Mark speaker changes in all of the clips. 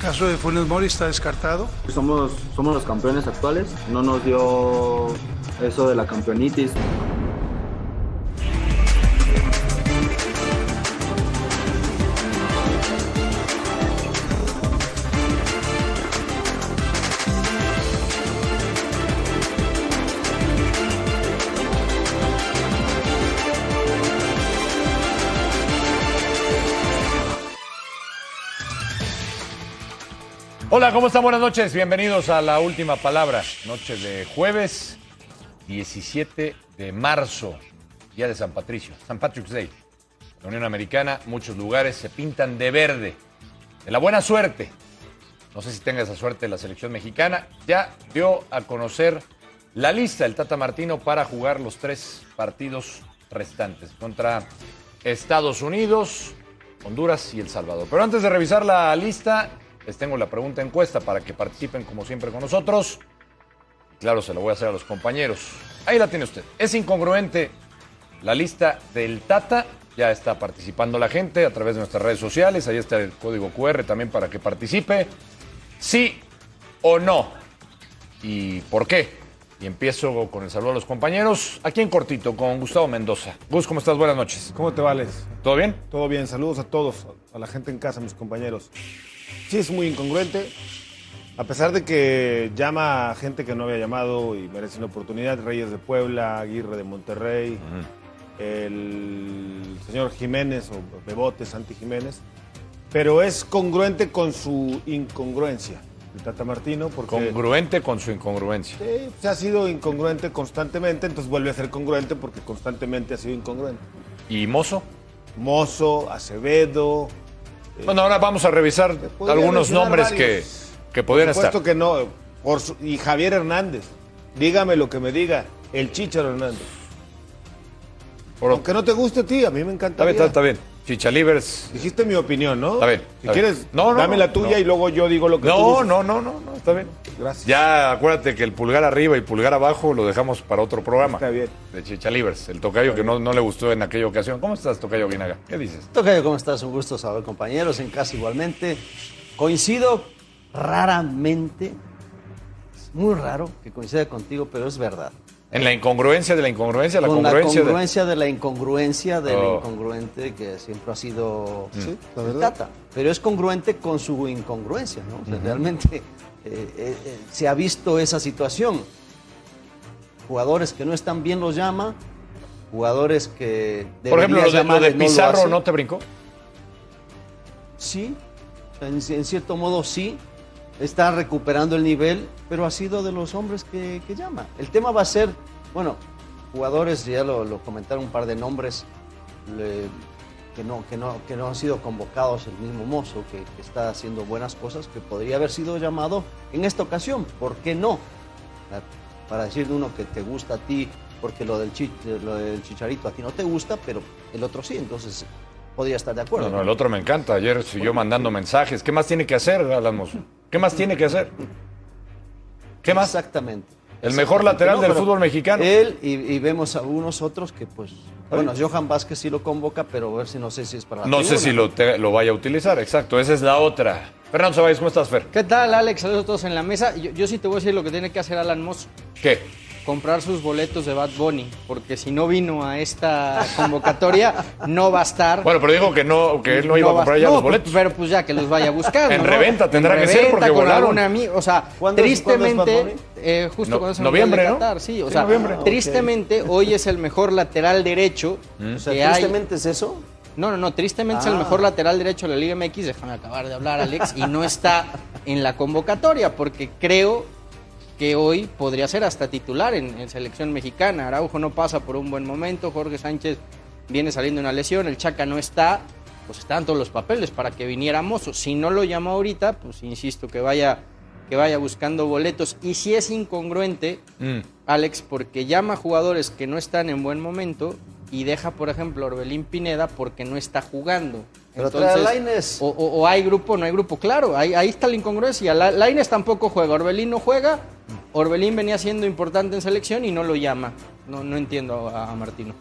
Speaker 1: caso de Funes Mori está descartado.
Speaker 2: Somos, somos los campeones actuales, no nos dio eso de la campeonitis.
Speaker 3: Hola, ¿cómo están? Buenas noches. Bienvenidos a la última palabra. Noche de jueves 17 de marzo, día de San Patricio, San Patrick's Day. La Unión Americana, muchos lugares se pintan de verde. De la buena suerte. No sé si tenga esa suerte la selección mexicana. Ya dio a conocer la lista del Tata Martino para jugar los tres partidos restantes contra Estados Unidos, Honduras y El Salvador. Pero antes de revisar la lista, les tengo la pregunta encuesta para que participen como siempre con nosotros. Claro, se la voy a hacer a los compañeros. Ahí la tiene usted. Es incongruente la lista del Tata. Ya está participando la gente a través de nuestras redes sociales. Ahí está el código QR también para que participe. Sí o no. ¿Y por qué? Y empiezo con el saludo a los compañeros. Aquí en cortito, con Gustavo Mendoza. Gus, ¿cómo estás? Buenas noches.
Speaker 4: ¿Cómo te vales?
Speaker 3: ¿Todo bien?
Speaker 4: Todo bien, saludos a todos, a la gente en casa, a mis compañeros. Sí, es muy incongruente. A pesar de que llama a gente que no había llamado y merece una oportunidad, Reyes de Puebla, Aguirre de Monterrey, el señor Jiménez o Bebote, Santi Jiménez, pero es congruente con su incongruencia, el Tata Martino, porque
Speaker 3: Congruente con su incongruencia.
Speaker 4: eh, se ha sido incongruente constantemente, entonces vuelve a ser congruente porque constantemente ha sido incongruente.
Speaker 3: ¿Y Mozo?
Speaker 4: Mozo, Acevedo, eh,
Speaker 3: Bueno, ahora vamos a revisar
Speaker 4: podría
Speaker 3: algunos
Speaker 4: mencionar
Speaker 3: nombres que,
Speaker 4: varios.
Speaker 3: que podrían
Speaker 4: Por
Speaker 3: estar.
Speaker 4: supuesto que no. por su- y Javier Hernández. Dígame lo que me diga. El Chicharo Hernández.
Speaker 3: Por-
Speaker 4: Aunque no te guste a ti, a mí me
Speaker 3: Está
Speaker 4: encanta.
Speaker 3: bien, está, está bien. Chichalivers.
Speaker 4: Dijiste mi opinión, ¿no?
Speaker 3: Está bien,
Speaker 4: Si
Speaker 3: está
Speaker 4: quieres,
Speaker 3: bien. No, no,
Speaker 4: dame
Speaker 3: no,
Speaker 4: la tuya
Speaker 3: no.
Speaker 4: y luego yo digo lo que tú
Speaker 3: No,
Speaker 4: dices.
Speaker 3: no, no, no, no, está bien.
Speaker 4: Gracias.
Speaker 3: Ya acuérdate que el pulgar arriba y pulgar abajo lo dejamos para otro programa.
Speaker 4: Está bien.
Speaker 3: De Chichalivers, el tocayo que no, no le gustó en aquella ocasión. ¿Cómo estás, tocayo Guinaga? ¿Qué dices?
Speaker 5: Tocayo, ¿cómo estás? Un gusto saber, compañeros, en casa igualmente. Coincido raramente, es muy raro que coincida contigo, pero es verdad.
Speaker 3: En la incongruencia de la incongruencia, la
Speaker 5: Con
Speaker 3: congruencia
Speaker 5: la
Speaker 3: de-
Speaker 5: congruencia de... la incongruencia del
Speaker 3: Oh. Mm.
Speaker 5: incongruente que siempre ha sido
Speaker 4: Sí, la
Speaker 5: el
Speaker 4: verdad.
Speaker 5: Tata. Pero es congruente con su incongruencia, ¿no? O sea, Realmente eh, eh, eh, se ha visto esa situación. Jugadores que no están bien los llama, jugadores
Speaker 2: Eh,
Speaker 5: que...
Speaker 3: Por ejemplo, lo de,
Speaker 5: debería
Speaker 3: lo de
Speaker 5: llamarle, no lo
Speaker 3: Pizarro
Speaker 5: hace.
Speaker 3: no te brincó.
Speaker 5: Sí, en, en cierto modo sí, está recuperando el nivel, pero ha sido de los hombres que, que llama. El tema va a ser, bueno, jugadores, ya lo, lo comentaron un par de nombres le- que, no, que, no, que no han sido convocados, el mismo Mozo, que, que está haciendo buenas cosas, que podría haber sido llamado en esta ocasión, ¿por qué no? La- Para decir uno que te gusta a ti, porque lo del, chi- lo del chicharito a ti no te gusta, pero el otro sí, entonces podría estar de acuerdo.
Speaker 3: No, no, el otro me encanta. Ayer siguió mandando mensajes. ¿Qué más tiene que hacer, Alan Mozo? ¿Qué más tiene que hacer? ¿Qué más?
Speaker 5: Exactamente.
Speaker 3: El mejor
Speaker 5: Exactamente.
Speaker 3: lateral del
Speaker 5: pero
Speaker 3: fútbol mexicano.
Speaker 5: Él y, y vemos a unos otros que, pues, bueno,
Speaker 3: bien.
Speaker 5: Johan Vázquez sí lo convoca, pero a ver si no sé si es para la
Speaker 3: No sé
Speaker 5: tribuna.
Speaker 3: si lo, te- lo vaya a utilizar, exacto. Esa es la otra. Fernando Ceballos, ¿cómo estás, Fer?
Speaker 6: ¿Qué tal, Alex? Saludos a todos en la mesa. Yo, yo sí te voy a decir lo que tiene que hacer Alan Mosso.
Speaker 3: ¿Qué?
Speaker 6: Comprar sus boletos de Bad Bunny, porque si no vino a esta convocatoria, no va a estar.
Speaker 3: Bueno, pero dijo que no, que él no, iba a
Speaker 6: va
Speaker 3: comprar ya
Speaker 6: no,
Speaker 3: los boletos.
Speaker 6: Pero pues ya que los vaya a buscar.
Speaker 3: En
Speaker 6: ¿no?
Speaker 3: reventa tendrá
Speaker 6: En
Speaker 3: que ser, porque
Speaker 6: reventa, con
Speaker 3: volaron.
Speaker 6: algún ami- o sea,
Speaker 4: ¿Cuándo es- cuándo es Bad
Speaker 6: tristemente,
Speaker 4: Bunny?
Speaker 6: eh, justo
Speaker 3: No-
Speaker 6: cuando se
Speaker 3: noviembre, ¿no?
Speaker 6: Sí, o
Speaker 3: Sí,
Speaker 6: sea,
Speaker 3: noviembre.
Speaker 6: tristemente hoy es el mejor lateral derecho
Speaker 5: O sea,
Speaker 6: que hay.
Speaker 5: tristemente es eso.
Speaker 6: No, no, no. Tristemente es el
Speaker 5: Ah.
Speaker 6: mejor lateral derecho de la Liga MX. Déjame acabar de hablar, Alex. Y no está en la convocatoria porque creo que hoy podría ser hasta titular en, en selección mexicana. Araujo no pasa por un buen momento. Jorge Sánchez viene saliendo de una lesión. El Chaca no está. Pues están todos los papeles para que viniera Mozo. Si no lo llama ahorita, pues insisto que vaya, que vaya buscando boletos. Y si es incongruente,
Speaker 3: Mm.
Speaker 6: Alex, porque llama a jugadores que no están en buen momento y deja, por ejemplo, a Orbelín Pineda porque no está jugando.
Speaker 5: Pero trae a Lainez.
Speaker 6: O, o- o hay grupo, no hay grupo. Claro, ahí, ahí está la incongruencia. La, Laines tampoco juega, Orbelín no juega. Orbelín venía siendo importante en selección y no lo llama. No, no entiendo a, a Martino.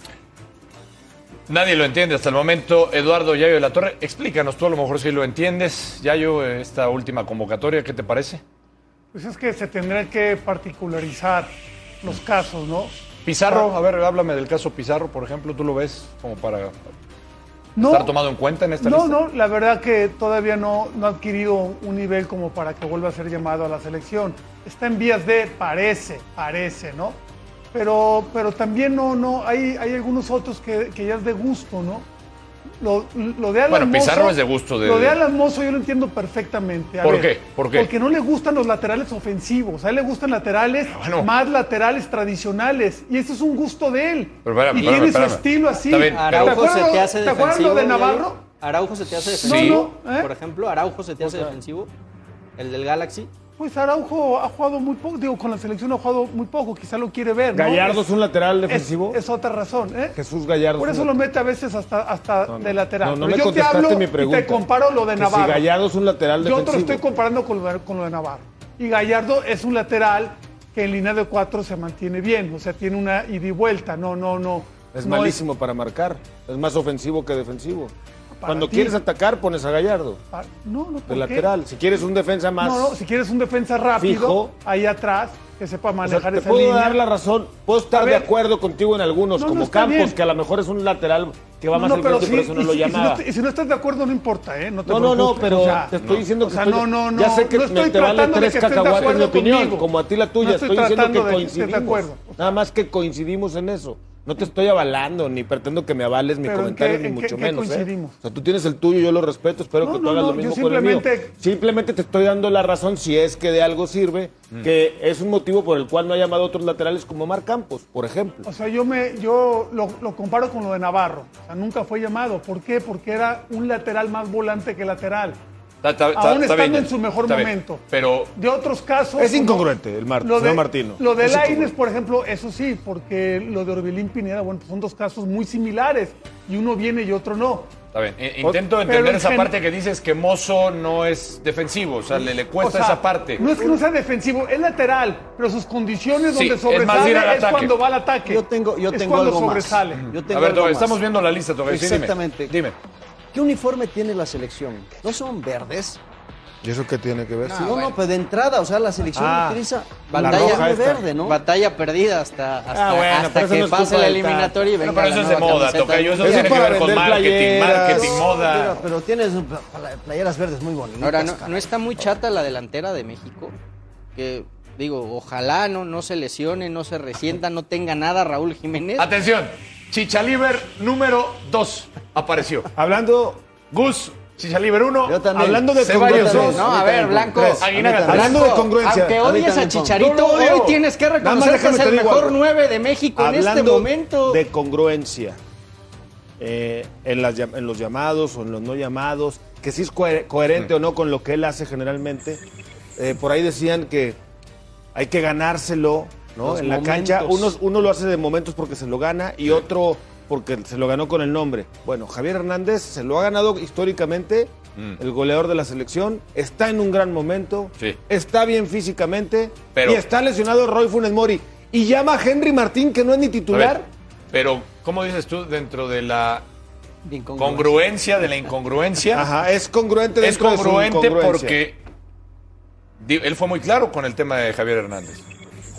Speaker 3: Nadie lo entiende hasta el momento. Eduardo Yayo de la Torre, explícanos tú, a lo mejor si lo entiendes. Yayo, eh, esta última convocatoria, ¿qué te parece?
Speaker 7: Pues es que se tendrá que particularizar los casos, ¿no?
Speaker 3: Pizarro,
Speaker 7: Ah.
Speaker 3: a ver, háblame del caso Pizarro, por ejemplo, ¿tú lo ves como para
Speaker 7: No,
Speaker 3: estar tomado en cuenta en esta
Speaker 7: no,
Speaker 3: lista?
Speaker 7: no, la verdad que todavía no, no ha adquirido un nivel como para que vuelva a ser llamado a la selección. Está en vías de, parece, parece, ¿no? Pero, pero también no, no, hay, hay algunos otros que, que ya es de gusto, ¿no? Lo, lo de Alan
Speaker 3: Bueno, Pizarro
Speaker 7: Mozo-
Speaker 3: es de gusto de-
Speaker 7: Lo de Alan Mozo yo lo entiendo perfectamente. A
Speaker 3: ¿Por
Speaker 7: ver,
Speaker 3: qué? ¿Por qué?
Speaker 7: Porque no le gustan los laterales ofensivos. A él le gustan laterales
Speaker 3: Ah, bueno.
Speaker 7: más laterales tradicionales. Y ese es un gusto de él.
Speaker 3: Pero espérame,
Speaker 7: y
Speaker 3: espérame,
Speaker 7: tiene
Speaker 3: espérame.
Speaker 7: su estilo así.
Speaker 3: Está bien,
Speaker 7: ¿Te
Speaker 3: pero-
Speaker 6: Araujo se
Speaker 7: acuerdas-
Speaker 6: te hace
Speaker 7: ¿Te acuerdas lo
Speaker 6: defensivo.
Speaker 7: de
Speaker 6: güey?
Speaker 7: Navarro?
Speaker 6: Araujo se te hace
Speaker 3: Sí.
Speaker 6: defensivo.
Speaker 7: No, ¿eh?
Speaker 6: Por ejemplo, Araujo se te hace defensivo. El del Galaxy.
Speaker 7: Pues Araujo ha jugado muy poco, digo, con la selección ha jugado muy poco, quizá lo quiere ver. ¿no?
Speaker 4: Gallardo es un lateral
Speaker 7: Es-
Speaker 4: defensivo.
Speaker 7: Es, otra razón, ¿eh?
Speaker 4: Jesús Gallardo
Speaker 7: Por
Speaker 4: es
Speaker 7: eso
Speaker 4: un
Speaker 7: lo mete a veces hasta, hasta
Speaker 4: No, no.
Speaker 7: de lateral.
Speaker 4: No, no
Speaker 7: Pero
Speaker 4: me
Speaker 7: yo te
Speaker 4: contestaste
Speaker 7: hablo
Speaker 4: mi pregunta.
Speaker 7: y te comparo lo de
Speaker 4: Que si
Speaker 7: Navarro.
Speaker 4: Gallardo es un lateral
Speaker 7: Yo te lo
Speaker 4: defensivo.
Speaker 7: estoy comparando con lo, de- con lo de Navarro. Y Gallardo es un lateral que en línea de cuatro se mantiene bien, o sea, tiene una ida y vuelta. No, no, no.
Speaker 4: Es
Speaker 7: No
Speaker 4: malísimo para marcar. Es más ofensivo que defensivo.
Speaker 7: Para
Speaker 4: Cuando
Speaker 7: ti.
Speaker 4: quieres atacar, pones a Gallardo.
Speaker 7: pa- No, no,
Speaker 4: De
Speaker 7: ¿por qué?
Speaker 4: lateral. Si quieres un defensa más.
Speaker 7: No, no, si quieres un defensa rápido,
Speaker 4: Fijo.
Speaker 7: ahí atrás, que sepa
Speaker 4: O sea,
Speaker 7: manejar
Speaker 4: te
Speaker 7: esa
Speaker 4: puedo
Speaker 7: línea.
Speaker 4: dar la razón. Puedo estar
Speaker 7: A
Speaker 4: de
Speaker 7: ver.
Speaker 4: acuerdo contigo en algunos,
Speaker 7: No, no,
Speaker 4: como
Speaker 7: está
Speaker 4: Campos,
Speaker 7: bien.
Speaker 4: que a lo mejor es un lateral que va más al frente,
Speaker 7: sí,
Speaker 4: por eso no
Speaker 7: y
Speaker 4: lo
Speaker 7: si- y si
Speaker 4: llamaba.
Speaker 7: te- Y si no estás de acuerdo, no importa, ¿eh? No, te
Speaker 4: No, no, no,
Speaker 7: preocupes,
Speaker 4: pero
Speaker 7: o sea,
Speaker 4: te estoy diciendo que
Speaker 7: O sea,
Speaker 4: estoy-
Speaker 7: no, no, no.
Speaker 4: ya sé que
Speaker 7: no
Speaker 4: me
Speaker 7: estoy
Speaker 4: te valen
Speaker 7: tratando de
Speaker 4: tres
Speaker 7: que estés de
Speaker 4: cacahuates mi
Speaker 7: acuerdo
Speaker 4: opinión,
Speaker 7: conmigo.
Speaker 4: como a ti la tuya.
Speaker 7: No
Speaker 4: estoy diciendo
Speaker 7: tratando
Speaker 4: que
Speaker 7: de estés
Speaker 4: coincidimos.
Speaker 7: de acuerdo.
Speaker 4: Nada más que coincidimos en eso. No te estoy avalando ni pretendo que me avales mi
Speaker 7: Pero ¿en
Speaker 4: comentario
Speaker 7: qué-
Speaker 4: ni
Speaker 7: en qué-
Speaker 4: mucho
Speaker 7: qué
Speaker 4: menos. ¿eh?
Speaker 7: coincidimos?
Speaker 4: O sea, tú tienes el tuyo, yo lo respeto, espero
Speaker 7: No,
Speaker 4: que tú
Speaker 7: no,
Speaker 4: hagas
Speaker 7: no,
Speaker 4: lo
Speaker 7: yo
Speaker 4: mismo con el mío.
Speaker 7: simplemente-
Speaker 4: Simplemente te estoy dando la razón, si es que de algo sirve,
Speaker 3: Mm.
Speaker 4: que es un motivo por el cual no ha llamado a otros laterales como Mar Campos, por ejemplo.
Speaker 7: O sea, yo, me, yo lo, lo comparo con lo de Navarro. O sea, nunca fue llamado. ¿Por qué? Porque era un lateral más volante que lateral.
Speaker 3: Está- está- está-
Speaker 7: Aún
Speaker 3: está
Speaker 7: estando
Speaker 3: bien,
Speaker 7: en su mejor
Speaker 3: está bien.
Speaker 7: momento.
Speaker 3: Pero
Speaker 7: De otros casos.
Speaker 4: Es
Speaker 7: como-
Speaker 4: incongruente el Mar-
Speaker 7: lo de-
Speaker 4: señor Martino.
Speaker 7: Lo de
Speaker 4: Es
Speaker 7: Laines,
Speaker 4: incongruente.
Speaker 7: por ejemplo, eso sí, porque lo de Orbelín Pineda, bueno, pues son dos casos muy similares. Y uno viene y otro no.
Speaker 3: Está bien. I- Eh, Intento
Speaker 7: Pero
Speaker 3: entender
Speaker 7: en
Speaker 3: esa
Speaker 7: gen-
Speaker 3: parte que dices que Mozo no es defensivo, o sea, le, le cuesta
Speaker 7: O sea,
Speaker 3: esa parte.
Speaker 7: No es que no sea defensivo, es lateral, pero sus condiciones
Speaker 3: Sí,
Speaker 7: donde
Speaker 3: es más ir al
Speaker 7: sobresale es,
Speaker 3: ataque.
Speaker 7: cuando va al ataque.
Speaker 5: Yo tengo, yo
Speaker 7: es
Speaker 5: tengo
Speaker 7: cuando
Speaker 5: algo
Speaker 7: sobresale.
Speaker 5: más. Yo tengo
Speaker 3: A ver,
Speaker 5: algo
Speaker 3: Tobe,
Speaker 5: más.
Speaker 3: estamos viendo la lista, Tobe. sí, dime.
Speaker 5: Exactamente.
Speaker 3: Dime.
Speaker 5: ¿Qué uniforme tiene la selección? ¿No son verdes?
Speaker 4: ¿Y eso qué tiene que ver?
Speaker 5: No, no, pero de entrada, o sea, la selección
Speaker 4: Ah,
Speaker 5: utiliza
Speaker 6: la
Speaker 4: roja
Speaker 5: batalla
Speaker 4: esta.
Speaker 5: verde, ¿no?
Speaker 6: Batalla perdida hasta, hasta,
Speaker 4: Ah, bueno,
Speaker 6: hasta
Speaker 4: pero eso
Speaker 6: que
Speaker 4: no es culpa
Speaker 6: pase la
Speaker 4: del TAS.
Speaker 6: eliminatoria y
Speaker 3: Bueno,
Speaker 6: venga
Speaker 3: pero
Speaker 6: la
Speaker 3: eso es de
Speaker 6: nueva
Speaker 3: moda,
Speaker 6: camiseta.
Speaker 3: Tocayo. Eso
Speaker 4: Eso
Speaker 3: tiene que
Speaker 4: para
Speaker 3: ver con
Speaker 4: vender
Speaker 3: marketing,
Speaker 4: playeras.
Speaker 3: marketing,
Speaker 5: No,
Speaker 3: moda.
Speaker 5: Pero, pero tienes pla- pla- playeras verdes muy bonitas.
Speaker 6: Ahora, no,
Speaker 5: caray.
Speaker 6: no está muy chata la delantera de México. Que digo, ojalá no, no se lesione, no se resienta, no tenga nada Raúl Jiménez.
Speaker 3: Atención, Chichaliber número 2 apareció.
Speaker 4: Hablando,
Speaker 3: Gus, Chichaliber 1.
Speaker 5: Yo también.
Speaker 4: hablando de
Speaker 3: Ceballos dos.
Speaker 4: congruencias.
Speaker 6: No, a ver, Blanco.
Speaker 4: Tres.
Speaker 3: Aguinaga,
Speaker 6: Blanco,
Speaker 4: Hablando de congruencia.
Speaker 6: Aunque
Speaker 5: A mí
Speaker 6: odies a
Speaker 5: también, Pau.
Speaker 6: Chicharito,
Speaker 4: No lo odio.
Speaker 6: hoy tienes que
Speaker 4: Nada más
Speaker 6: reconocer que
Speaker 4: déjame
Speaker 6: es
Speaker 4: te
Speaker 6: el
Speaker 4: digo
Speaker 6: mejor
Speaker 4: algo.
Speaker 6: 9 de México en este
Speaker 4: Hablando
Speaker 6: momento.
Speaker 4: de congruencia eh, en, las llam- en los llamados o en los no llamados, que si es coher- coherente o no con lo que él hace generalmente. Eh, por ahí decían que hay que ganárselo ¿no?
Speaker 5: Los
Speaker 4: en la cancha. Uno,
Speaker 5: momentos.
Speaker 4: uno lo hace de momentos porque se lo gana y otro porque se lo ganó con el nombre. Bueno, Javier Hernández se lo ha ganado históricamente,
Speaker 5: Mm.
Speaker 4: el goleador de la selección, está en un gran momento,
Speaker 3: Sí.
Speaker 4: está bien físicamente
Speaker 3: Pero-
Speaker 4: y está lesionado Roy Funes Mori. Y llama a Henry Martín, que no es ni
Speaker 3: A
Speaker 4: titular.
Speaker 3: ver, pero, ¿cómo dices tú dentro de la
Speaker 5: De incongruencia.
Speaker 3: congruencia, de la incongruencia?
Speaker 4: Ajá, es congruente
Speaker 3: es
Speaker 4: dentro de su
Speaker 3: congruente
Speaker 4: incongruencia.
Speaker 3: porque di- él fue muy claro con el tema de Javier Hernández.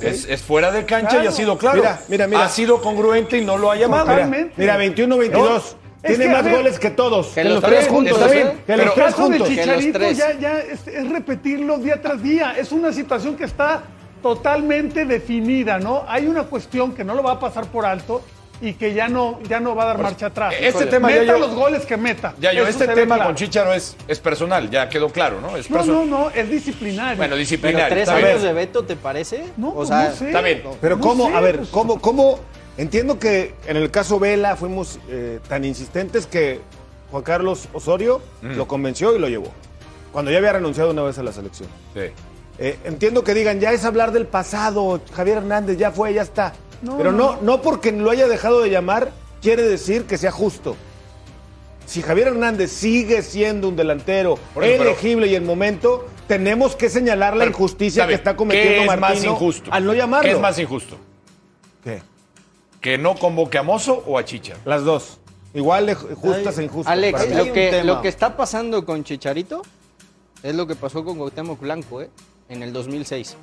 Speaker 3: Es, es fuera de cancha y
Speaker 7: Claro.
Speaker 3: ha sido claro.
Speaker 4: Mira, mira, mira.
Speaker 3: Ha sido congruente y no lo ha llamado.
Speaker 7: Totalmente.
Speaker 4: Mira, 21-22.
Speaker 7: No, es
Speaker 4: Tiene
Speaker 7: que,
Speaker 4: más
Speaker 7: a ver,
Speaker 4: goles que todos.
Speaker 6: que los tres juntos, ¿eh?
Speaker 4: Está bien, que
Speaker 3: Pero-
Speaker 4: los
Speaker 7: El
Speaker 4: tres
Speaker 7: caso
Speaker 4: juntos.
Speaker 7: de
Speaker 6: Que los
Speaker 7: Chicharito
Speaker 6: tres.
Speaker 7: ya, ya es, es repetirlo día tras día. Es una situación que está totalmente definida, ¿no? Hay una cuestión que no lo va a pasar por alto, y que ya no, ya no va a dar marcha atrás.
Speaker 3: este tema ya
Speaker 7: meta
Speaker 3: yo-
Speaker 7: los goles que meta.
Speaker 3: Ya, yo,
Speaker 7: Eso
Speaker 3: este
Speaker 7: se ve
Speaker 3: tema
Speaker 7: claro.
Speaker 3: con Chicharo es, es personal, ya quedó claro, ¿no? Es
Speaker 7: No,
Speaker 3: personal.
Speaker 7: no, no, es disciplinario.
Speaker 3: Bueno,
Speaker 6: Pero
Speaker 3: disciplinario.
Speaker 6: tres
Speaker 3: está bien.
Speaker 6: años de veto, ¿te parece?
Speaker 7: no,
Speaker 6: o
Speaker 7: pues
Speaker 6: sea,
Speaker 7: no sé.
Speaker 3: está bien.
Speaker 4: Pero
Speaker 7: No
Speaker 4: cómo,
Speaker 7: sé,
Speaker 4: a ver,
Speaker 7: pues,
Speaker 4: cómo, cómo, entiendo que en el caso Vela fuimos eh, tan insistentes que Juan Carlos Osorio
Speaker 3: Mm.
Speaker 4: lo convenció y lo llevó. Cuando ya había renunciado una vez a la selección.
Speaker 3: Sí.
Speaker 4: Eh, entiendo que digan, ya es hablar del pasado, Javier Hernández, ya fue, ya está.
Speaker 7: No,
Speaker 4: Pero
Speaker 7: no,
Speaker 4: no, no porque lo haya dejado de llamar quiere decir que sea justo. Si Javier Hernández sigue siendo un delantero
Speaker 3: Por eso, pero-
Speaker 4: elegible y en momento, tenemos que señalar la
Speaker 3: Pero,
Speaker 4: injusticia
Speaker 3: bien.
Speaker 4: que está
Speaker 3: ¿Qué
Speaker 4: cometiendo
Speaker 3: es
Speaker 4: Martino
Speaker 3: más injusto?
Speaker 4: al no llamarlo.
Speaker 3: ¿Qué es más injusto?
Speaker 4: ¿Qué?
Speaker 3: ¿Que no convoque a Mozo o a Chicharo?
Speaker 4: Las dos. Igual de ju- justas
Speaker 5: Ay,
Speaker 4: e injustas. para
Speaker 6: Alex,
Speaker 4: mí.
Speaker 5: Hay
Speaker 6: lo
Speaker 5: un
Speaker 6: que,
Speaker 5: tema.
Speaker 6: lo que está pasando con Chicharito es lo que pasó con Cuauhtémoc Blanco ¿eh? en el 2006.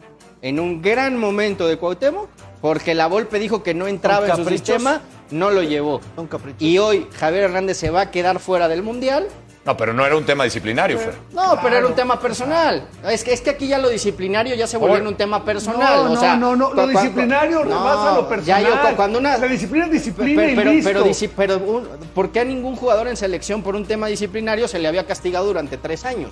Speaker 6: En un gran momento de Cuauhtémoc, porque la Volpe dijo que no entraba en
Speaker 5: Son
Speaker 6: su
Speaker 5: caprichos.
Speaker 6: sistema, no lo llevó.
Speaker 5: Son caprichos.
Speaker 6: Y hoy Javier Hernández se va a quedar fuera del Mundial.
Speaker 3: No, pero no era un tema disciplinario, Fer.
Speaker 6: No, pero pues era un tema personal. Es, que, es que aquí ya lo disciplinario ya se volvió en un tema personal.
Speaker 7: No,
Speaker 6: o sea,
Speaker 7: no, no, no,
Speaker 6: cu-
Speaker 7: lo
Speaker 6: cu-
Speaker 7: disciplinario
Speaker 6: no,
Speaker 7: rebasa lo personal.
Speaker 6: Ya yo, cu- cuando una,
Speaker 7: La disciplina es disciplina
Speaker 6: pero,
Speaker 7: y
Speaker 6: pero,
Speaker 7: listo.
Speaker 6: pero disi- pero un- ¿por qué a ningún jugador en selección por un tema disciplinario se le había castigado durante tres años?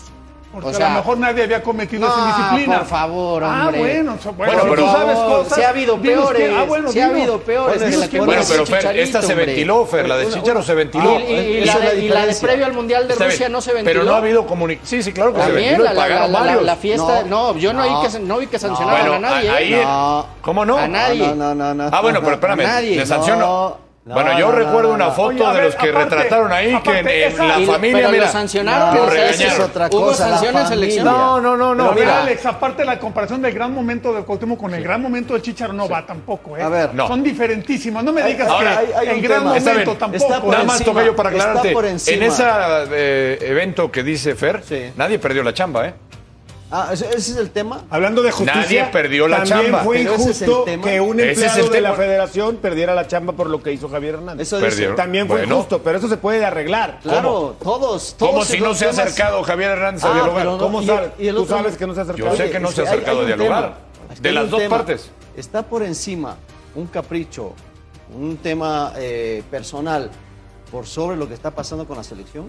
Speaker 7: Porque a lo mejor nadie había cometido
Speaker 6: No,
Speaker 7: esa indisciplina.
Speaker 6: por favor,
Speaker 7: Ah,
Speaker 6: hombre.
Speaker 7: bueno, so- bueno,
Speaker 3: Bueno,
Speaker 7: si
Speaker 3: pero-
Speaker 7: tú sabes cosas.
Speaker 6: Sí ha habido
Speaker 7: dinos que-
Speaker 6: peores,
Speaker 7: ah, bueno,
Speaker 6: sí ha
Speaker 7: dinos.
Speaker 6: habido peores
Speaker 7: Dinos
Speaker 6: que la
Speaker 7: que-
Speaker 6: que-
Speaker 3: Bueno,
Speaker 6: Ese
Speaker 3: pero Fer,
Speaker 6: Chicharito,
Speaker 3: esta se
Speaker 6: hombre.
Speaker 3: ventiló, Fer, la de Chicharo se
Speaker 6: Y,
Speaker 3: ventiló.
Speaker 6: y- y la,
Speaker 5: esa es la
Speaker 6: de, y la de
Speaker 5: diferencia.
Speaker 6: previo al Mundial de
Speaker 3: Está bien.
Speaker 6: Rusia no se ventiló.
Speaker 3: Pero no ha habido comunicación. Sí, sí, claro que se
Speaker 6: También
Speaker 3: ventiló
Speaker 6: la,
Speaker 3: y
Speaker 6: la-
Speaker 3: pagaron
Speaker 6: la- la-
Speaker 3: varios.
Speaker 6: la fiesta. No,
Speaker 5: No.
Speaker 6: yo no,
Speaker 5: No.
Speaker 6: vi que, no vi que sancionaron
Speaker 3: Bueno,
Speaker 6: a nadie.
Speaker 3: a- ahí-
Speaker 6: ¿eh?
Speaker 5: No.
Speaker 3: ¿Cómo no?
Speaker 6: A nadie.
Speaker 5: No, no, no, no.
Speaker 3: Ah, bueno, pero espérame,
Speaker 6: A nadie,
Speaker 3: le
Speaker 6: no,
Speaker 3: sancionó.
Speaker 5: no,
Speaker 3: bueno, yo
Speaker 5: no, no,
Speaker 3: recuerdo
Speaker 5: no,
Speaker 3: una
Speaker 5: no.
Speaker 3: foto
Speaker 7: Oye, a
Speaker 3: de
Speaker 7: ver,
Speaker 3: los que
Speaker 7: aparte,
Speaker 3: retrataron ahí, que en,
Speaker 7: aparte,
Speaker 3: en
Speaker 7: esa-
Speaker 3: la
Speaker 7: Y-
Speaker 6: Y-
Speaker 3: familia,
Speaker 6: pero
Speaker 3: mira,
Speaker 6: lo sancionaron.
Speaker 3: lo
Speaker 6: o sea, eso
Speaker 3: regañaron.
Speaker 5: es otra
Speaker 6: Hubo
Speaker 5: cosa, la
Speaker 6: sanción en
Speaker 5: familia.
Speaker 6: selección.
Speaker 3: No, no, no, no.
Speaker 7: Pero mira,
Speaker 3: mira.
Speaker 7: Alex, aparte la comparación del gran momento de Cuauhtémoc con el gran momento de Chicharo no va tampoco, ¿eh?
Speaker 5: A ver.
Speaker 3: No.
Speaker 7: Son diferentísimas. No me digas
Speaker 3: hay-
Speaker 7: que
Speaker 3: hay-
Speaker 5: hay
Speaker 7: en
Speaker 5: un
Speaker 7: gran
Speaker 5: tema. Está
Speaker 7: momento
Speaker 3: bien.
Speaker 7: tampoco.
Speaker 5: Está por
Speaker 3: Nada más
Speaker 5: encima,
Speaker 3: toca yo para
Speaker 5: está
Speaker 3: aclararte.
Speaker 5: por encima.
Speaker 3: En ese eh, evento que dice Fer,
Speaker 5: Sí.
Speaker 3: nadie perdió la chamba, ¿eh?
Speaker 5: Ah, ese ese es el tema.
Speaker 4: Hablando de justicia,
Speaker 3: Nadie perdió la
Speaker 4: también
Speaker 3: chamba.
Speaker 4: fue
Speaker 5: Pero ese es el
Speaker 4: injusto
Speaker 5: tema.
Speaker 4: que un
Speaker 3: Ese
Speaker 4: empleado
Speaker 3: es el
Speaker 4: de la
Speaker 3: tema.
Speaker 4: federación perdiera la chamba por lo que hizo Javier Hernández.
Speaker 5: Eso dice.
Speaker 3: Perdió.
Speaker 4: También fue
Speaker 3: Bueno.
Speaker 4: injusto, pero eso se puede arreglar.
Speaker 5: Claro, todos, todos.
Speaker 3: Como si
Speaker 5: esos
Speaker 3: no se ha
Speaker 5: temas-
Speaker 3: acercado Javier Hernández a
Speaker 5: Ah,
Speaker 3: dialogar.
Speaker 5: pero no,
Speaker 4: ¿Cómo
Speaker 5: y-
Speaker 4: sabes?
Speaker 5: y el
Speaker 4: Tú
Speaker 5: otro-
Speaker 4: sabes que no se ha acercado.
Speaker 3: Yo sé que no
Speaker 5: es
Speaker 3: se ha
Speaker 5: hay-
Speaker 3: acercado
Speaker 5: hay
Speaker 3: a
Speaker 5: un
Speaker 3: dialogar.
Speaker 5: tema. Es que
Speaker 3: De
Speaker 5: hay
Speaker 3: las
Speaker 5: un
Speaker 3: dos
Speaker 5: tema.
Speaker 3: partes.
Speaker 5: Está por encima un capricho, un tema eh, personal, por sobre lo que está pasando con la selección.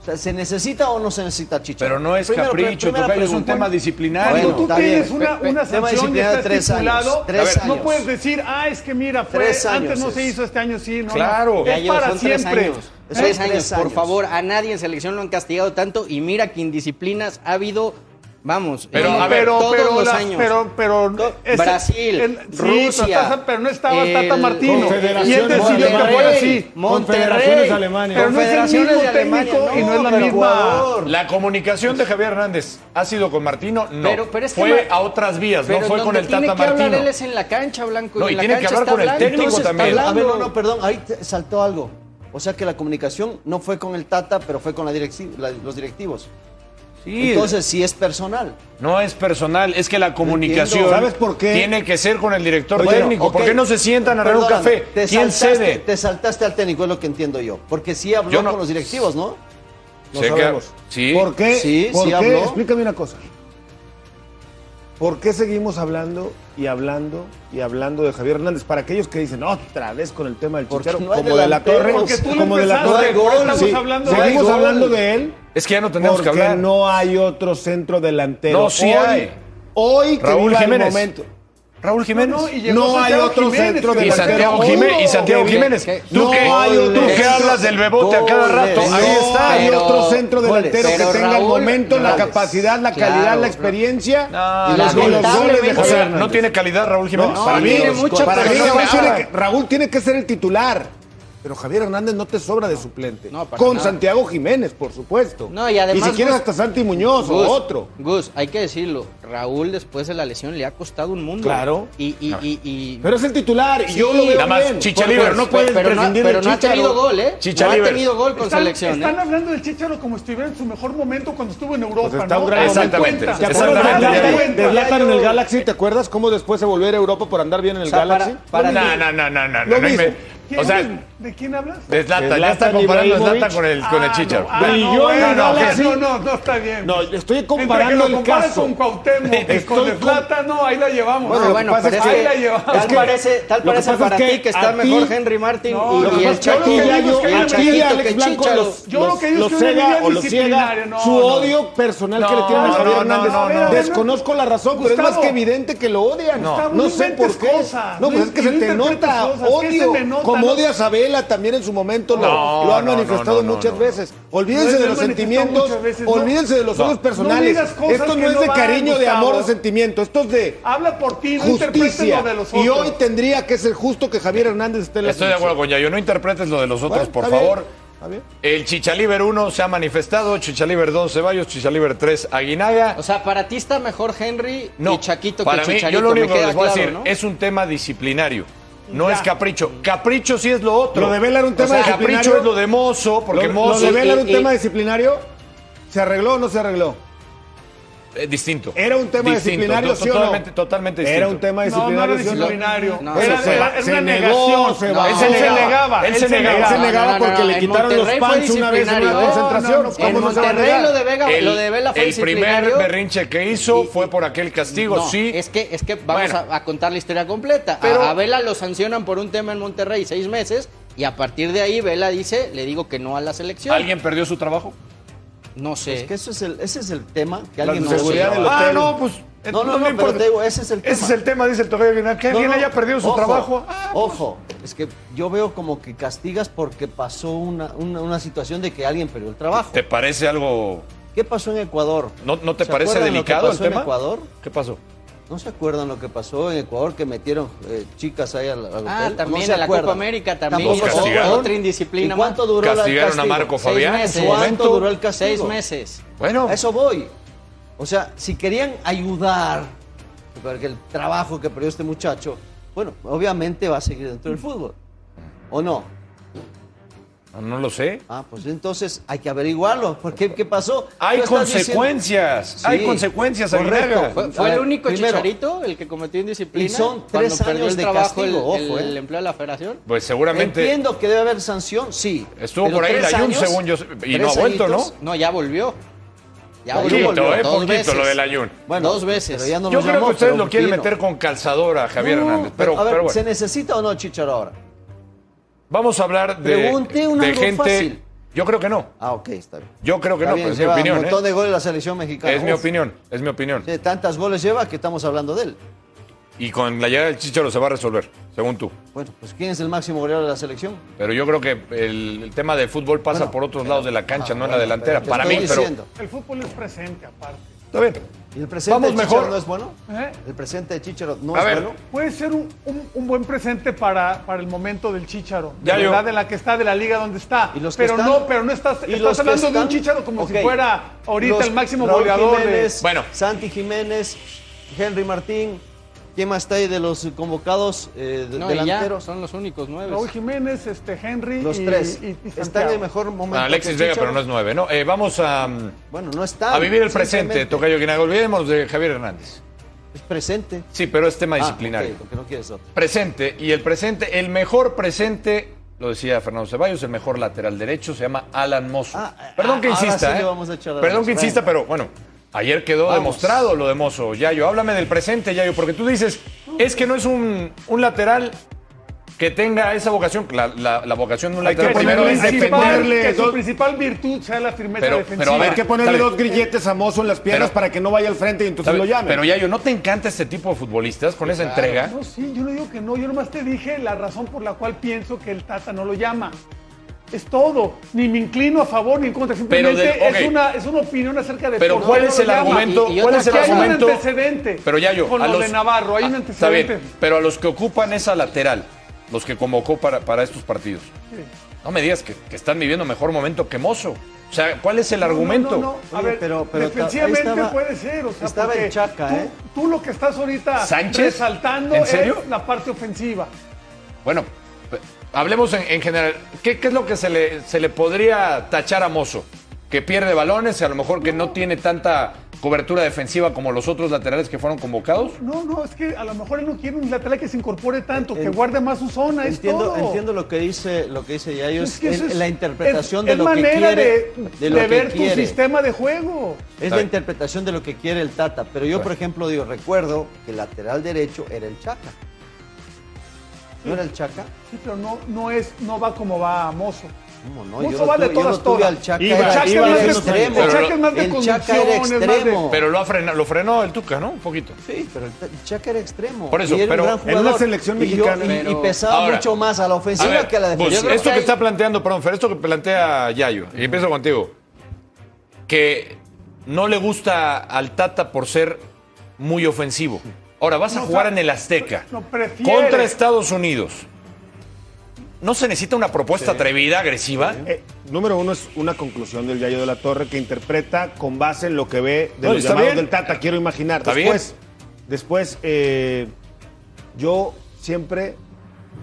Speaker 5: O sea, ¿se necesita o no se necesita Chicharo?
Speaker 3: Pero no es
Speaker 5: Primero,
Speaker 3: capricho,
Speaker 5: primera
Speaker 3: tocayo, es un
Speaker 5: pregunta.
Speaker 3: tema disciplinario.
Speaker 7: Cuando
Speaker 5: Bueno,
Speaker 7: tú
Speaker 5: está
Speaker 7: tienes
Speaker 5: bien.
Speaker 7: una,
Speaker 5: Pe- pe-
Speaker 7: una
Speaker 5: tema
Speaker 7: sanción y
Speaker 5: disciplinaria
Speaker 7: está
Speaker 5: de tres
Speaker 7: estipulado,
Speaker 5: años, tres
Speaker 7: no
Speaker 5: años.
Speaker 7: puedes decir, ah, es que mira, fue,
Speaker 5: Tres
Speaker 7: antes
Speaker 5: años
Speaker 7: no se
Speaker 5: es.
Speaker 7: hizo, este año sí, no. no.
Speaker 3: Claro.
Speaker 7: es
Speaker 6: Ya
Speaker 7: para
Speaker 6: son tres
Speaker 7: siempre.
Speaker 6: años.
Speaker 5: Es
Speaker 6: Tres
Speaker 5: tres
Speaker 6: años, por
Speaker 5: años.
Speaker 6: favor. A nadie en selección lo han castigado tanto. Y mira que indisciplinas ha habido, vamos,
Speaker 3: Pero,
Speaker 6: en
Speaker 3: a ver,
Speaker 6: todos
Speaker 7: pero,
Speaker 6: los
Speaker 7: la-
Speaker 6: años.
Speaker 7: pero, pero
Speaker 6: To-
Speaker 7: ese-
Speaker 6: Brasil,
Speaker 7: el- sí,
Speaker 6: Rusia,
Speaker 7: pero está- pero no estaba
Speaker 6: el-
Speaker 7: Tata Martino. Y él
Speaker 4: Confederaciones
Speaker 7: decidió que fuera
Speaker 4: Alemanas.
Speaker 7: así.
Speaker 4: Confederaciones
Speaker 6: Monterrey,
Speaker 4: alemanas.
Speaker 7: Pero no es el
Speaker 6: Confederaciones
Speaker 7: mismo
Speaker 6: de Alemania,
Speaker 7: técnico y no es la
Speaker 6: pero
Speaker 7: misma.
Speaker 6: jugador.
Speaker 3: La comunicación de Javier Hernández ha sido con Martino, no.
Speaker 6: Pero- pero es que
Speaker 3: fue
Speaker 6: Ma-
Speaker 3: a otras vías, no
Speaker 6: Pero
Speaker 3: fue con
Speaker 6: donde
Speaker 3: el Tata
Speaker 6: Tiene que
Speaker 3: Martino.
Speaker 6: hablar él es en la cancha, Blanco.
Speaker 3: No, y
Speaker 6: en la
Speaker 3: tiene que
Speaker 6: cancha
Speaker 3: hablar
Speaker 6: está
Speaker 3: con el
Speaker 6: hablando.
Speaker 3: técnico
Speaker 6: Entonces,
Speaker 3: también.
Speaker 6: está
Speaker 5: A ver, no,
Speaker 6: hablando.
Speaker 5: no, perdón, ahí te- saltó algo. O sea que la comunicación no fue con el Tata, pero fue con la direcci- la- los directivos.
Speaker 3: Sí,
Speaker 5: Entonces, sí es personal.
Speaker 3: no es personal, es que la comunicación
Speaker 4: entiendo. ¿Sabes por qué?
Speaker 3: tiene que ser con el director
Speaker 5: Bueno,
Speaker 3: técnico. ¿Por
Speaker 5: ok.
Speaker 3: qué no se sientan a dar un
Speaker 5: Perdóname,
Speaker 3: café?
Speaker 5: te
Speaker 3: ¿Quién
Speaker 5: saltaste-
Speaker 3: cede?
Speaker 5: Te saltaste al técnico, es lo que entiendo yo. Porque sí habló
Speaker 3: Yo no-
Speaker 5: con los directivos, ¿no?
Speaker 4: No
Speaker 3: Sé que-
Speaker 4: sabemos.
Speaker 3: sí.
Speaker 4: ¿Por qué?
Speaker 5: Sí,
Speaker 4: ¿Por
Speaker 5: sí
Speaker 4: qué?
Speaker 5: habló.
Speaker 4: Explícame una cosa. ¿Por qué seguimos hablando y hablando y hablando de Javier Hernández? Para aquellos que dicen, otra vez con el tema del
Speaker 5: Porque
Speaker 4: Chicharo,
Speaker 5: no hay
Speaker 4: como de la
Speaker 5: delanteros.
Speaker 4: Torre,
Speaker 7: Porque tú lo
Speaker 4: como de la
Speaker 7: empezaste,
Speaker 4: Torre.
Speaker 5: por eso estamos
Speaker 7: hablando de
Speaker 4: seguimos
Speaker 5: gol.
Speaker 4: hablando de él
Speaker 3: Es que ya no tenemos
Speaker 4: porque
Speaker 3: que hablar.
Speaker 4: no hay otro centro delantero.
Speaker 3: No, sí
Speaker 4: hoy,
Speaker 3: hay.
Speaker 4: Hoy que
Speaker 3: Raúl
Speaker 4: viva el
Speaker 3: Jiménez.
Speaker 4: momento.
Speaker 3: Raúl Jiménez.
Speaker 7: No, no, y llegó
Speaker 4: no hay
Speaker 7: Santiago
Speaker 4: otro
Speaker 7: Jiménez,
Speaker 4: centro
Speaker 7: que-
Speaker 3: Y
Speaker 4: delantero.
Speaker 3: Santiago,
Speaker 4: Uy,
Speaker 3: Jiménez, y Santiago
Speaker 6: ¿qué-
Speaker 3: Jiménez.
Speaker 6: qué-
Speaker 3: ¿Tú,
Speaker 4: no
Speaker 3: que,
Speaker 4: hay
Speaker 3: tú
Speaker 4: otro-
Speaker 3: que hablas del bebote a cada rato.
Speaker 4: no
Speaker 3: Ahí está.
Speaker 4: hay
Speaker 6: Pero-
Speaker 4: otro centro delantero
Speaker 6: pero
Speaker 4: que tenga el
Speaker 6: Raúl
Speaker 4: momento, la
Speaker 6: Hernández.
Speaker 4: capacidad, la
Speaker 6: Claro.
Speaker 4: calidad, la experiencia
Speaker 3: No,
Speaker 4: y los,
Speaker 6: no,
Speaker 4: y los goles de
Speaker 6: lamentablemente-
Speaker 3: Ah, O
Speaker 4: Javier
Speaker 3: sea,
Speaker 4: Hernández.
Speaker 3: no tiene calidad Raúl Jiménez.
Speaker 4: para mí,
Speaker 6: tiene mucha,
Speaker 4: para
Speaker 6: pero
Speaker 4: mí
Speaker 6: no
Speaker 4: Raúl,
Speaker 6: para.
Speaker 4: tiene que, Raúl tiene que ser el titular. Pero Javier Hernández no te sobra de suplente.
Speaker 6: no, para
Speaker 4: Con
Speaker 6: nada.
Speaker 4: Santiago Jiménez, por supuesto.
Speaker 6: No, y además,
Speaker 4: si quieres
Speaker 6: Gus-
Speaker 4: hasta Santi Muñoz
Speaker 6: Gus,
Speaker 4: o otro.
Speaker 6: Gus, hay que decirlo. Raúl, después de la lesión, le ha costado un mundo.
Speaker 4: Claro.
Speaker 6: Y, y, y, y-
Speaker 4: Pero es el titular y
Speaker 6: Sí,
Speaker 4: yo lo veo
Speaker 3: nada más
Speaker 4: bien.
Speaker 3: Chicharito,
Speaker 4: Pero no
Speaker 3: pues,
Speaker 4: puedes
Speaker 6: pero no,
Speaker 4: prescindir
Speaker 6: pero
Speaker 4: de
Speaker 6: no ha tenido
Speaker 4: Chicharo.
Speaker 6: gol, ¿eh?
Speaker 3: Chichariver.
Speaker 6: No ha tenido gol con
Speaker 7: Están,
Speaker 6: selección.
Speaker 7: están
Speaker 6: ¿eh?
Speaker 7: hablando del Chicharo como si estuviera en su mejor momento cuando estuvo en Europa.
Speaker 4: Pues está
Speaker 7: ¿no?
Speaker 4: un gran
Speaker 7: Te das
Speaker 3: Exactamente,
Speaker 7: cuenta.
Speaker 4: ¿Te
Speaker 3: Exactamente.
Speaker 4: acuerdas
Speaker 7: Te das
Speaker 3: Ya, ya,
Speaker 4: de-
Speaker 7: cuenta.
Speaker 4: de Zlatan en el Galaxy? ¿Te acuerdas cómo después se volvió a Europa por andar bien en el
Speaker 6: sea,
Speaker 4: Galaxy?
Speaker 6: para-
Speaker 3: No, no, no, no, no,
Speaker 4: Lo
Speaker 3: no,
Speaker 4: mismo.
Speaker 3: inve-
Speaker 7: ¿Quién-
Speaker 3: O sea,
Speaker 7: ¿De quién hablas?
Speaker 3: De Zlatan, ya
Speaker 4: Zlatan
Speaker 3: está comparando a
Speaker 4: Ibrahimovic.
Speaker 3: Zlatan con el, con el
Speaker 7: Ah,
Speaker 3: Chicharo.
Speaker 7: no, ah,
Speaker 4: Y
Speaker 7: no,
Speaker 4: yo
Speaker 7: bueno,
Speaker 4: en
Speaker 7: no,
Speaker 4: Galaxy-
Speaker 7: no, no, no está bien.
Speaker 4: No, estoy
Speaker 7: Entre que
Speaker 4: comparando
Speaker 7: lo
Speaker 4: el
Speaker 7: comparas
Speaker 4: caso.
Speaker 7: con Cuauhtémoc y
Speaker 4: Estoy
Speaker 7: con de
Speaker 4: con-
Speaker 7: plata, no, ahí la llevamos.
Speaker 6: Bueno,
Speaker 7: No,
Speaker 6: bueno,
Speaker 4: pasa
Speaker 6: pero
Speaker 4: es
Speaker 6: es
Speaker 4: que-
Speaker 6: que,
Speaker 7: ahí la llevamos.
Speaker 6: tal
Speaker 4: es que-
Speaker 6: parece, tal
Speaker 4: lo que
Speaker 6: parece
Speaker 4: pasa
Speaker 6: para
Speaker 4: es que
Speaker 6: ti que está
Speaker 4: a ti-
Speaker 6: mejor Henry Martin
Speaker 7: No,
Speaker 6: y,
Speaker 7: lo que
Speaker 6: y
Speaker 7: pasa
Speaker 6: el
Speaker 7: es que yo lo que
Speaker 6: Chaquilla
Speaker 7: digo es que hay una
Speaker 4: a ti y a
Speaker 7: medida
Speaker 4: Alex Blanco los,
Speaker 7: Yo lo
Speaker 4: los-
Speaker 7: que digo es
Speaker 4: los
Speaker 7: que una
Speaker 4: cega
Speaker 7: medida
Speaker 4: o los ciega
Speaker 7: disciplinaria, no,
Speaker 4: su
Speaker 7: no.
Speaker 4: odio personal que le
Speaker 3: No,
Speaker 4: tienen a
Speaker 3: no,
Speaker 4: Javier
Speaker 3: no,
Speaker 4: Hernández.
Speaker 3: no, no, no.
Speaker 4: Desconozco la razón, pero pues es
Speaker 7: Gustavo.
Speaker 4: más que evidente que lo odian.
Speaker 7: Gustavo,
Speaker 4: no
Speaker 7: no
Speaker 4: sé por
Speaker 7: inventes
Speaker 4: qué.
Speaker 7: cosas,
Speaker 4: no, pues
Speaker 7: no
Speaker 4: es que se te
Speaker 7: inventes
Speaker 4: nota
Speaker 7: cosas, ¿qué se
Speaker 4: odio.
Speaker 7: me nota?
Speaker 4: como
Speaker 7: No-
Speaker 4: odias a Vela también en su momento lo,
Speaker 3: No,
Speaker 4: lo han
Speaker 3: no, no,
Speaker 4: manifestado
Speaker 3: no, no,
Speaker 4: muchas
Speaker 3: no.
Speaker 4: veces. Olvídense
Speaker 7: No,
Speaker 4: de
Speaker 7: lo
Speaker 4: los
Speaker 7: he Pues manifestado
Speaker 4: sentimientos,
Speaker 7: muchas veces, no.
Speaker 4: olvídense de los
Speaker 3: No.
Speaker 4: odios
Speaker 3: No
Speaker 4: personales.
Speaker 7: digas cosas
Speaker 4: Esto
Speaker 7: que
Speaker 4: no es
Speaker 7: no
Speaker 4: de
Speaker 7: van,
Speaker 4: cariño, de
Speaker 7: Gustavo.
Speaker 4: amor, de sentimiento. Esto es de
Speaker 7: Habla por ti, no interpretes
Speaker 4: justicia.
Speaker 7: lo de los otros.
Speaker 4: Y hoy tendría que ser justo que Javier Hernández esté en la
Speaker 3: Estoy de acuerdo con Yayo. No interpretes lo de los otros,
Speaker 4: Bueno,
Speaker 3: por
Speaker 4: está bien,
Speaker 3: favor.
Speaker 4: está bien.
Speaker 3: El Chichaliber 1 se ha manifestado, Chichaliber 2 Ceballos, Chichaliber 3 Aguinaga.
Speaker 6: O sea, para ti está mejor Henry y Chaquito
Speaker 3: para
Speaker 6: que
Speaker 3: mí,
Speaker 6: Chicharito.
Speaker 3: yo lo único
Speaker 6: me
Speaker 3: que
Speaker 6: queda
Speaker 3: les voy a
Speaker 6: claro,
Speaker 3: decir
Speaker 6: ¿no?
Speaker 3: es un tema disciplinario. No
Speaker 7: Ya.
Speaker 3: es capricho. Capricho sí es lo otro.
Speaker 4: Lo de Vela era un
Speaker 3: O
Speaker 4: tema
Speaker 3: sea,
Speaker 4: disciplinario.
Speaker 3: Capricho es lo de Mozo, porque
Speaker 4: lo,
Speaker 3: Mozo
Speaker 4: lo de Vela era un
Speaker 3: y- y-
Speaker 4: tema disciplinario. ¿Se arregló o no se arregló?
Speaker 3: eh, distinto.
Speaker 4: Era un tema disciplinario,
Speaker 3: to-
Speaker 4: ¿sí o no?
Speaker 3: totalmente, totalmente distinto.
Speaker 4: Era un tema
Speaker 7: No,
Speaker 4: disciplinario.
Speaker 7: no era
Speaker 4: ¿sí o no?
Speaker 7: disciplinario.
Speaker 6: No,
Speaker 7: era,
Speaker 4: se
Speaker 7: era-
Speaker 4: va-
Speaker 7: era
Speaker 4: se
Speaker 7: una
Speaker 4: negó,
Speaker 7: negación.
Speaker 4: se
Speaker 6: va.
Speaker 7: él,
Speaker 6: Él
Speaker 7: se
Speaker 6: se
Speaker 7: negaba. Él se negaba.
Speaker 4: Él se negaba porque le
Speaker 6: en
Speaker 4: quitaron los
Speaker 6: Monterrey fue
Speaker 4: punch una vez en una
Speaker 6: disciplinario, ¿eh?
Speaker 4: concentración.
Speaker 6: No, no,
Speaker 4: ¿Cómo
Speaker 6: en
Speaker 4: no se va a
Speaker 6: Monterrey
Speaker 4: negar?
Speaker 6: lo de, Vega,
Speaker 3: El-
Speaker 6: lo de Vela fue
Speaker 3: El primer
Speaker 6: disciplinario.
Speaker 3: berrinche que hizo
Speaker 6: Y-
Speaker 3: fue por aquel castigo,
Speaker 6: No,
Speaker 3: sí.
Speaker 6: Es que, es que vamos
Speaker 3: Bueno.
Speaker 6: a, a contar la historia completa. A-
Speaker 3: Pero-
Speaker 6: a, Vela lo sancionan por un tema en Monterrey seis meses y a partir de ahí Vela dice, le digo que no a la selección. ¿Eh?
Speaker 3: ¿Alguien perdió su trabajo?
Speaker 6: No sé.
Speaker 5: Es que eso es el, ese es el tema que
Speaker 4: La
Speaker 5: alguien
Speaker 4: seguridad
Speaker 5: no
Speaker 4: del
Speaker 3: Ah,
Speaker 4: hotel.
Speaker 3: no, pues. eh,
Speaker 5: No, no, no,
Speaker 3: me
Speaker 5: pero
Speaker 3: importa.
Speaker 5: te digo, ese es el
Speaker 3: Ese
Speaker 5: tema.
Speaker 3: es el tema, dice el torneo. Aguinaga, Que
Speaker 5: No,
Speaker 3: alguien
Speaker 5: no,
Speaker 3: haya perdido su
Speaker 5: ojo,
Speaker 3: trabajo. Ah,
Speaker 5: Ojo, es que yo veo como que castigas porque pasó una, una, una situación de que alguien perdió el trabajo.
Speaker 3: ¿Te parece algo.?
Speaker 5: ¿Qué pasó en Ecuador?
Speaker 3: ¿No, no te
Speaker 5: ¿Se
Speaker 3: parece
Speaker 5: acuerdan lo que
Speaker 3: delicado el
Speaker 5: pasó en
Speaker 3: tema?
Speaker 5: Ecuador?
Speaker 3: ¿Qué pasó?
Speaker 5: ¿No se acuerdan lo que pasó en Ecuador que metieron eh, chicas ahí al, al hotel?
Speaker 6: Ah,
Speaker 5: ¿No
Speaker 6: también
Speaker 5: se
Speaker 6: en la
Speaker 5: acuerdan?
Speaker 6: Copa América también.
Speaker 5: Tampoco
Speaker 3: Los
Speaker 5: se
Speaker 3: castigaron.
Speaker 5: acuerdan.
Speaker 6: Otra indisciplina
Speaker 5: ¿Y cuánto duró el
Speaker 3: Castigaron a
Speaker 5: castigo?
Speaker 3: Marco
Speaker 6: Seis
Speaker 3: Fabián en
Speaker 6: meses.
Speaker 3: su
Speaker 5: ¿Cuánto
Speaker 3: momento.
Speaker 5: duró el castigo?
Speaker 6: Seis meses.
Speaker 3: Bueno,
Speaker 5: A eso voy. O sea, si querían ayudar para que el trabajo que perdió este muchacho, bueno, obviamente va a seguir dentro del fútbol. ¿O no?
Speaker 3: no lo sé.
Speaker 5: Ah, pues entonces hay que averiguarlo. ¿Por qué, ¿Qué pasó?
Speaker 3: Hay
Speaker 5: Tú estás diciendo-
Speaker 3: consecuencias.
Speaker 5: Sí.
Speaker 3: Hay consecuencias,
Speaker 5: Correcto.
Speaker 3: Aguinaga.
Speaker 6: ¿Fue,
Speaker 5: A
Speaker 6: fue el
Speaker 5: ver,
Speaker 6: único
Speaker 5: primero.
Speaker 6: chicharito el que cometió indisciplina?
Speaker 5: Y son
Speaker 6: cuando
Speaker 5: tres
Speaker 6: perdió
Speaker 5: años
Speaker 6: el
Speaker 5: de
Speaker 6: trabajo
Speaker 5: castigo,
Speaker 6: el,
Speaker 5: ojo,
Speaker 6: el
Speaker 5: eh.
Speaker 6: empleo de la federación?
Speaker 3: Pues seguramente.
Speaker 5: Entiendo que debe haber sanción, sí.
Speaker 3: Estuvo
Speaker 5: Pero
Speaker 3: por ahí
Speaker 5: tres
Speaker 3: Layún,
Speaker 5: años-
Speaker 3: según yo, y no ha
Speaker 5: tres
Speaker 3: vuelto, ¿no?
Speaker 5: añitos,
Speaker 6: No, ya volvió. Ya
Speaker 5: Poquito,
Speaker 6: volvió.
Speaker 3: eh,
Speaker 6: dos
Speaker 3: poquito
Speaker 6: veces.
Speaker 3: lo del Ayun.
Speaker 5: Bueno,
Speaker 6: dos veces.
Speaker 5: pero ya no
Speaker 3: Yo
Speaker 5: lo
Speaker 3: creo
Speaker 5: llamó,
Speaker 3: que ustedes
Speaker 5: pero
Speaker 3: lo quieren
Speaker 5: vino.
Speaker 3: meter con calzadora, Javier
Speaker 5: No,
Speaker 3: Hernández. Pero,
Speaker 5: a ver,
Speaker 3: pero bueno,
Speaker 5: ¿se necesita o no Chicharo ahora?
Speaker 3: vamos a hablar de,
Speaker 5: Pregunté un
Speaker 3: de
Speaker 5: algo
Speaker 3: gente.
Speaker 5: fácil.
Speaker 3: Yo creo que no.
Speaker 5: Ah, ok, está bien.
Speaker 3: Yo creo que
Speaker 5: Está
Speaker 3: no,
Speaker 5: bien,
Speaker 3: pero es mi
Speaker 5: lleva
Speaker 3: opinión.
Speaker 5: un montón
Speaker 3: ¿eh?
Speaker 5: de goles la selección mexicana.
Speaker 3: Es mi
Speaker 5: Uf,
Speaker 3: opinión, es mi opinión.
Speaker 5: sí, tantas goles lleva que estamos hablando de él.
Speaker 3: Y con la llegada del Chicharo se va a resolver, según tú.
Speaker 5: Bueno, pues ¿quién es el máximo goleador de la selección?
Speaker 3: Pero yo creo que el, el tema del fútbol pasa
Speaker 5: Bueno, ah,
Speaker 3: por otros lados de la cancha, no en la delantera.
Speaker 5: Te
Speaker 3: Para mí,
Speaker 5: estoy
Speaker 3: pero.
Speaker 5: diciendo.
Speaker 7: El fútbol es presente, aparte.
Speaker 3: Está bien.
Speaker 5: ¿Y el presente
Speaker 3: Vamos
Speaker 5: de Chicharo
Speaker 3: mejor.
Speaker 5: no es bueno?
Speaker 7: ¿Eh?
Speaker 5: ¿El presente de Chicharo no
Speaker 3: A
Speaker 5: es
Speaker 3: ver.
Speaker 5: bueno?
Speaker 7: Puede ser un, un- un buen presente para, para el momento del Chicharo, de
Speaker 3: Ya
Speaker 7: la
Speaker 3: yo.
Speaker 7: edad en la que está, de la liga donde está.
Speaker 5: ¿Y los que
Speaker 7: pero
Speaker 5: están?
Speaker 7: no, pero no estás,
Speaker 5: ¿Y los
Speaker 7: estás
Speaker 5: que
Speaker 7: hablando de un
Speaker 5: están?
Speaker 7: Chicharo como
Speaker 5: Ok.
Speaker 7: si fuera ahorita
Speaker 5: Los-
Speaker 7: el máximo
Speaker 5: Raúl
Speaker 7: goleador. de-
Speaker 5: Jiménez,
Speaker 3: Bueno.
Speaker 5: Santi Jiménez, Henry Martín. ¿Quién más está ahí de los convocados eh, de-
Speaker 6: No, y ya
Speaker 5: delanteros?
Speaker 6: son los únicos nueve.
Speaker 7: Raúl Jiménez, este Henry
Speaker 5: Los
Speaker 7: y,
Speaker 5: tres.
Speaker 7: y- y
Speaker 5: están en el
Speaker 7: Santiago.
Speaker 5: mejor momento.
Speaker 3: Alexis
Speaker 5: que
Speaker 3: Vega,
Speaker 5: Chicharo.
Speaker 3: pero no es nueve, ¿no? Eh, vamos a, mm,
Speaker 5: Bueno, no está.
Speaker 3: a vivir el presente,
Speaker 5: Ah, simplemente
Speaker 3: Tocayo Guinaga. Olvidémonos de Javier Hernández.
Speaker 5: Es presente.
Speaker 3: Sí, pero es tema
Speaker 5: Ah,
Speaker 3: disciplinario.
Speaker 5: ok, porque no quieres otro.
Speaker 3: Presente, y el presente, el mejor presente, lo decía Fernando Ceballos, el mejor lateral derecho se llama Alan Mozo.
Speaker 5: Ah,
Speaker 3: Perdón que
Speaker 5: ahora
Speaker 3: insista,
Speaker 5: sí le
Speaker 3: ¿eh?
Speaker 5: vamos a echar a
Speaker 3: Perdón
Speaker 5: Mozo,
Speaker 3: que insista,
Speaker 5: venga.
Speaker 3: pero bueno, ayer quedó
Speaker 5: Vamos.
Speaker 3: demostrado lo de Mozo. Yayo, háblame del presente, Yayo, porque tú dices, es que no es un, un lateral que tenga esa vocación, la, la- la vocación de un
Speaker 4: Hay que
Speaker 3: lateral primero
Speaker 4: ponerle
Speaker 3: es
Speaker 4: ese
Speaker 7: Principal-
Speaker 3: defender.
Speaker 4: ponerle
Speaker 7: que su
Speaker 4: dos-
Speaker 7: principal virtud sea la firmeza
Speaker 3: Pero- pero
Speaker 7: defensiva.
Speaker 3: a ver,
Speaker 4: Hay que ponerle
Speaker 3: Está bien.
Speaker 4: dos grilletes a Mozo en las piernas
Speaker 3: Pero-
Speaker 4: para que no vaya al frente y entonces
Speaker 3: ¿Sabes?
Speaker 4: lo llame.
Speaker 3: Pero Yayo, ¿no te encanta este tipo de futbolistas con esa entrega?
Speaker 7: No, sí, yo no digo que no. Yo nomás te dije la razón por la cual pienso que el Tata no lo llama. Es todo. Ni me inclino a favor ni en contra. Simplemente
Speaker 3: del- ok.
Speaker 7: es, una, es una opinión acerca de
Speaker 3: Pero
Speaker 7: por
Speaker 3: ¿cuál
Speaker 7: qué
Speaker 3: es
Speaker 7: no
Speaker 3: el
Speaker 7: lo llama.
Speaker 3: argumento?
Speaker 6: Y- y
Speaker 3: ¿Cuál
Speaker 6: otra
Speaker 3: es el
Speaker 6: cosa.
Speaker 7: Aquí hay un
Speaker 3: argumento?
Speaker 7: antecedente.
Speaker 3: Pero ya yo.
Speaker 7: Con
Speaker 3: a
Speaker 7: lo
Speaker 3: los-
Speaker 7: de Navarro, hay
Speaker 3: Ah,
Speaker 7: un
Speaker 4: pues,
Speaker 3: está bien,
Speaker 7: antecedente.
Speaker 3: pero a los que ocupan esa lateral, los que convocó para, para estos partidos,
Speaker 7: Sí.
Speaker 3: no me digas que, que están viviendo mejor momento que Mozo. O sea, ¿cuál es el
Speaker 7: No,
Speaker 3: argumento?
Speaker 7: no, no, no. A
Speaker 5: Oye,
Speaker 7: ver,
Speaker 5: pero- pero ta-
Speaker 7: defensivamente pues.
Speaker 5: ahí estaba-
Speaker 7: puede ser. O sea,
Speaker 5: estaba
Speaker 7: porque
Speaker 5: el Chaca,
Speaker 7: tú,
Speaker 5: ¿eh?
Speaker 7: tú lo que estás ahorita
Speaker 3: ¿Sánchez?
Speaker 7: resaltando
Speaker 3: ¿En serio?
Speaker 7: es la parte ofensiva.
Speaker 3: Bueno, pe- hablemos en, en general. ¿Qué, qué es lo que se le, se le podría tachar a Mozo? que pierde balones, a lo mejor que no tiene tanta cobertura defensiva como los otros laterales que fueron convocados.
Speaker 7: No, no, es que a lo mejor él no quiere un lateral que se incorpore tanto, que guarde más su zona, es
Speaker 5: Entiendo,
Speaker 7: todo.
Speaker 5: entiendo lo que dice, lo que dice Yayo,
Speaker 7: Es
Speaker 5: es,
Speaker 7: que eso es-
Speaker 5: la interpretación
Speaker 7: es-
Speaker 5: de
Speaker 7: es
Speaker 5: lo que
Speaker 7: manera
Speaker 5: quiere.
Speaker 7: de,
Speaker 5: de lo
Speaker 7: de
Speaker 5: que
Speaker 7: ver tu
Speaker 5: quiere.
Speaker 7: sistema de juego.
Speaker 5: Es la interpretación de lo que quiere el Tata. Pero yo, por ejemplo, digo, recuerdo que el lateral derecho era el Chaca. ¿No
Speaker 3: Mm.
Speaker 5: era el Chaca?
Speaker 7: Sí, pero no, no, es, no va como va Mozo.
Speaker 5: ¿Cómo no?
Speaker 7: Mozo
Speaker 5: lo
Speaker 7: va de
Speaker 5: tuve- yo lo
Speaker 7: todas,
Speaker 5: tuve
Speaker 7: todas.
Speaker 5: al Chaca.
Speaker 4: Iba-
Speaker 7: el
Speaker 5: era,
Speaker 7: Chaca
Speaker 4: iba
Speaker 5: era
Speaker 7: es más de-
Speaker 5: extremo.
Speaker 7: el Chaca es más de
Speaker 5: el Chaca era
Speaker 7: conducción, es más de-
Speaker 5: extremo.
Speaker 3: Pero lo, ha frena- lo frenó el Tuca, ¿no? Un poquito.
Speaker 5: Sí, pero el, el Chaca era extremo.
Speaker 3: Por eso,
Speaker 5: y era
Speaker 3: pero
Speaker 5: un gran
Speaker 3: en
Speaker 4: una
Speaker 5: jugador.
Speaker 4: selección
Speaker 5: Y yo-
Speaker 4: mexicana-
Speaker 5: y- y,
Speaker 6: Pero-
Speaker 5: pesaba
Speaker 3: Ahora,
Speaker 5: mucho más a la ofensiva
Speaker 3: A ver,
Speaker 5: que a la
Speaker 3: Bus,
Speaker 5: defensiva.
Speaker 3: esto que está planteando, perdón, Fer, esto que plantea Yayo, y empiezo contigo, que no le gusta al Tata por ser muy ofensivo. Ahora, vas a
Speaker 7: No,
Speaker 3: jugar
Speaker 7: o sea,
Speaker 3: en el Azteca
Speaker 7: no, prefiere.
Speaker 3: contra Estados Unidos. ¿No se necesita una propuesta atrevida, agresiva?
Speaker 4: Eh, número uno es una conclusión del Yayo de la Torre que interpreta con base en lo que ve de
Speaker 3: No,
Speaker 4: los
Speaker 3: está
Speaker 4: llamados
Speaker 3: bien.
Speaker 4: del Tata, quiero imaginar.
Speaker 3: Está bien.
Speaker 4: después, después eh, yo siempre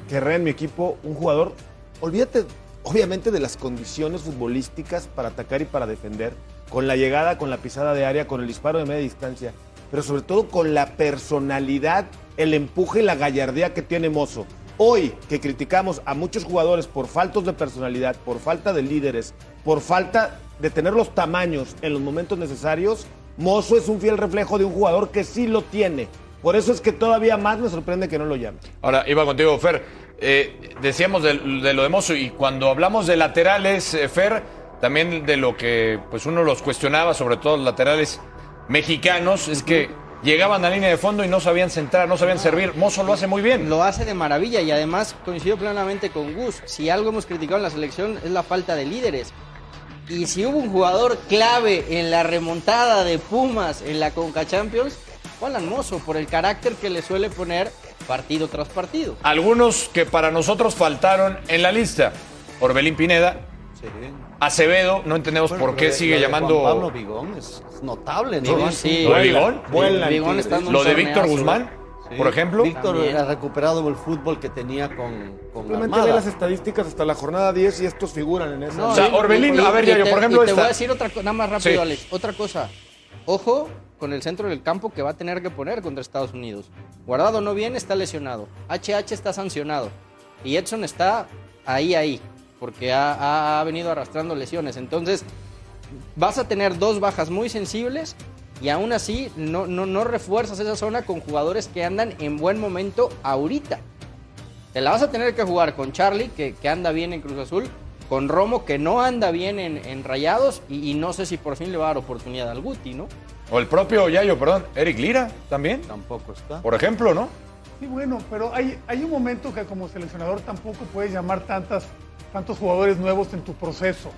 Speaker 4: querré en mi equipo un jugador, olvídate obviamente de las condiciones futbolísticas para atacar y para defender, con la llegada, con la pisada de área, con el disparo de media distancia, pero sobre todo con la personalidad, el empuje y la gallardía que tiene Mozo. Hoy que criticamos a muchos jugadores por faltos de personalidad, por falta de líderes, por falta de tener los tamaños en los momentos necesarios, Mozo es un fiel reflejo de un jugador que sí lo tiene. Por eso es que todavía más me sorprende que no lo llame.
Speaker 3: Ahora, iba contigo, Fer. Eh, decíamos del- de, lo de Mozo y cuando hablamos de laterales, eh, Fer, también de lo que pues uno los cuestionaba, sobre todo los laterales mexicanos, es que llegaban a línea de fondo y no sabían centrar, no sabían servir. Mozo lo hace muy bien.
Speaker 6: Lo hace de maravilla y además coincido plenamente con Gus. Si algo hemos criticado en la selección es la falta de líderes. Y si hubo un jugador clave en la remontada de Pumas en la Conca Champions, Juan Hermoso, por el carácter que le suele poner partido tras partido.
Speaker 3: Algunos que para nosotros faltaron en la lista. Orbelín Pineda, Acevedo, no entendemos
Speaker 5: Bueno,
Speaker 3: por
Speaker 5: lo
Speaker 3: qué
Speaker 5: de-
Speaker 3: sigue
Speaker 5: lo de
Speaker 3: llamando...
Speaker 5: Juan Pablo Vigón es es notable, ¿no?
Speaker 6: Vigón, sí.
Speaker 3: ¿Lo de Vigón?
Speaker 4: Vuela el
Speaker 6: Vigón
Speaker 4: Tigre.
Speaker 6: está en un
Speaker 3: Lo de Víctor
Speaker 6: torneazo.
Speaker 3: Guzmán, por ejemplo.
Speaker 5: Víctor
Speaker 6: También.
Speaker 5: ha recuperado el fútbol que tenía con, con
Speaker 4: Simplemente ve
Speaker 5: Armada.
Speaker 4: las estadísticas hasta la jornada 10 y estos figuran en esa.
Speaker 6: No,
Speaker 3: O sea,
Speaker 6: y-
Speaker 3: Orbelín,
Speaker 6: y-
Speaker 3: a ver,
Speaker 6: y
Speaker 3: Yayo,
Speaker 6: te-
Speaker 3: por ejemplo,
Speaker 6: y te voy a
Speaker 3: esta.
Speaker 6: decir otra cosa, nada más rápido,
Speaker 3: Sí.
Speaker 6: Alex. Otra cosa. Ojo con el centro del campo que va a tener que poner contra Estados Unidos. Guardado no viene, está lesionado. HH está sancionado. Y Edson está ahí, ahí, porque ha, ha- ha venido arrastrando lesiones. Entonces, vas a tener dos bajas muy sensibles y aún así no, no, no refuerzas esa zona con jugadores que andan en buen momento ahorita. Te la vas a tener que jugar con Charlie, que, que anda bien en Cruz Azul, con Romo, que no anda bien en, en Rayados, y, y no sé si por fin le va a dar oportunidad al Guti, ¿no?
Speaker 3: O el propio Yayo, perdón, Eric Lira también,
Speaker 5: Tampoco está.
Speaker 3: por ejemplo, ¿no?
Speaker 7: Sí, bueno, pero hay, hay un momento que como seleccionador tampoco puedes llamar tantas, tantos jugadores nuevos en tu proceso.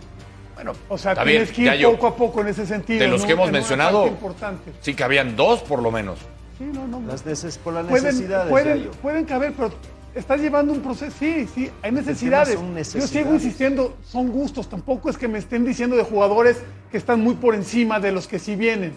Speaker 7: Bueno, o sea,
Speaker 3: Está
Speaker 7: tienes
Speaker 3: bien,
Speaker 7: que ir
Speaker 3: Yayo.
Speaker 7: poco a poco en ese sentido.
Speaker 3: De los
Speaker 7: ¿no?
Speaker 3: que hemos
Speaker 7: En una
Speaker 3: mencionado,
Speaker 7: parte importante.
Speaker 3: sí que habían dos por lo menos.
Speaker 7: Sí, no, no.
Speaker 5: Las neces por las
Speaker 7: pueden,
Speaker 5: necesidades,
Speaker 7: pueden,
Speaker 5: Yayo.
Speaker 7: pueden caber, pero estás llevando un proceso. Sí, sí, hay necesidades.
Speaker 5: son
Speaker 7: Yo sigo
Speaker 5: necesidades.
Speaker 7: insistiendo, son gustos. Tampoco es que me estén diciendo de jugadores que están muy por encima de los que sí vienen.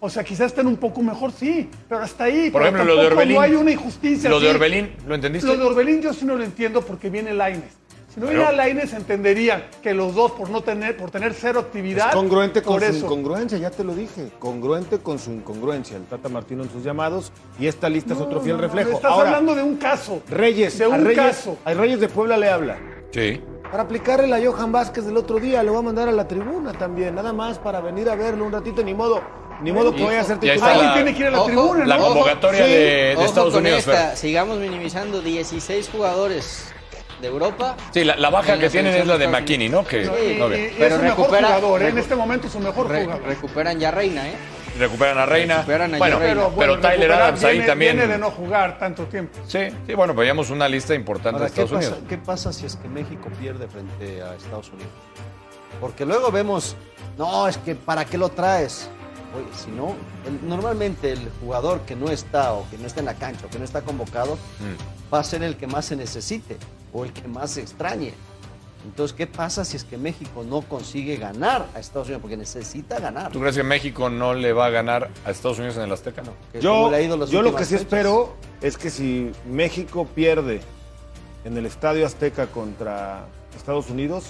Speaker 7: O sea, quizás estén un poco mejor, sí, pero hasta ahí.
Speaker 3: Por
Speaker 7: pero
Speaker 3: ejemplo, lo de
Speaker 7: tampoco
Speaker 3: Orbelín.
Speaker 7: No hay una injusticia.
Speaker 3: Lo de
Speaker 7: sí.
Speaker 3: Orbelín, ¿lo entendiste?
Speaker 7: Lo de Orbelín yo sí no lo entiendo porque viene Laines. Si no
Speaker 3: Claro.
Speaker 7: viene Laines entendería que los dos por no tener por tener cero
Speaker 4: Es
Speaker 7: actividad.
Speaker 4: congruente con
Speaker 7: por
Speaker 4: su
Speaker 7: eso.
Speaker 4: incongruencia, ya te lo dije. Congruente con su incongruencia. El Tata Martino en sus llamados y esta lista es otro fiel
Speaker 7: No, no, no,
Speaker 4: reflejo.
Speaker 7: Estás
Speaker 4: Ahora,
Speaker 7: hablando de un caso.
Speaker 4: Reyes,
Speaker 7: De
Speaker 4: a
Speaker 7: un
Speaker 4: Reyes,
Speaker 7: caso.
Speaker 4: A Reyes de Puebla le habla.
Speaker 3: Sí.
Speaker 4: Para aplicarle la Johan Vázquez del otro día, lo va a mandar a la tribuna también. Nada más para venir a verlo un ratito, ni modo, ni modo que vaya a ser
Speaker 3: Ya está
Speaker 4: titular.
Speaker 3: la-
Speaker 7: Alguien tiene que ir a la
Speaker 6: Ojo,
Speaker 7: tribuna,
Speaker 3: La
Speaker 7: ¿no?
Speaker 6: Ojo,
Speaker 3: convocatoria
Speaker 4: sí,
Speaker 3: de, de
Speaker 6: Ojo
Speaker 3: Estados
Speaker 6: con
Speaker 3: Unidos.
Speaker 6: esta,
Speaker 3: Fer.
Speaker 6: sigamos minimizando 16 jugadores de Europa.
Speaker 3: Sí, la, la baja
Speaker 6: En
Speaker 3: que
Speaker 6: la
Speaker 3: tienen es la de
Speaker 6: selección de
Speaker 3: McKinney, ¿no? Que
Speaker 7: Y- y-
Speaker 3: no,
Speaker 7: y
Speaker 3: bien.
Speaker 7: es
Speaker 6: Pero
Speaker 7: su mejor
Speaker 6: recupera-
Speaker 7: jugador, ¿eh? en
Speaker 6: recu-
Speaker 7: este momento su mejor
Speaker 6: Re-
Speaker 7: jugador.
Speaker 6: recuperan ya Reina, ¿eh?
Speaker 3: recuperan a Reina.
Speaker 6: Recuperan a
Speaker 3: bueno,
Speaker 6: Reina.
Speaker 3: pero,
Speaker 7: bueno,
Speaker 3: Tyler
Speaker 7: recuperar
Speaker 3: Adams ahí
Speaker 7: viene-
Speaker 3: también.
Speaker 7: Viene de no jugar tanto tiempo.
Speaker 3: Sí, sí, bueno, veíamos una lista importante de
Speaker 5: Ahora, ¿qué
Speaker 3: Estados
Speaker 5: pasa,
Speaker 3: Unidos.
Speaker 5: qué pasa si es que México pierde frente a Estados Unidos? Porque luego vemos, no, es que ¿para qué lo traes? Oye, si no, el- normalmente el jugador que no está o que no está en la cancha o que no está convocado
Speaker 3: mm.
Speaker 5: va a ser el que más se necesite o el que más se extrañe. Entonces, ¿qué pasa si es que México no consigue ganar a Estados Unidos? Porque necesita ganar.
Speaker 3: ¿Tú crees que México no le va a ganar a Estados Unidos en el Azteca? No.
Speaker 5: que es como
Speaker 4: Yo,
Speaker 5: le ha ido las
Speaker 4: yo lo
Speaker 5: últimas
Speaker 4: que sí
Speaker 5: fechas.
Speaker 4: espero es que si México pierde en el Estadio Azteca contra Estados Unidos,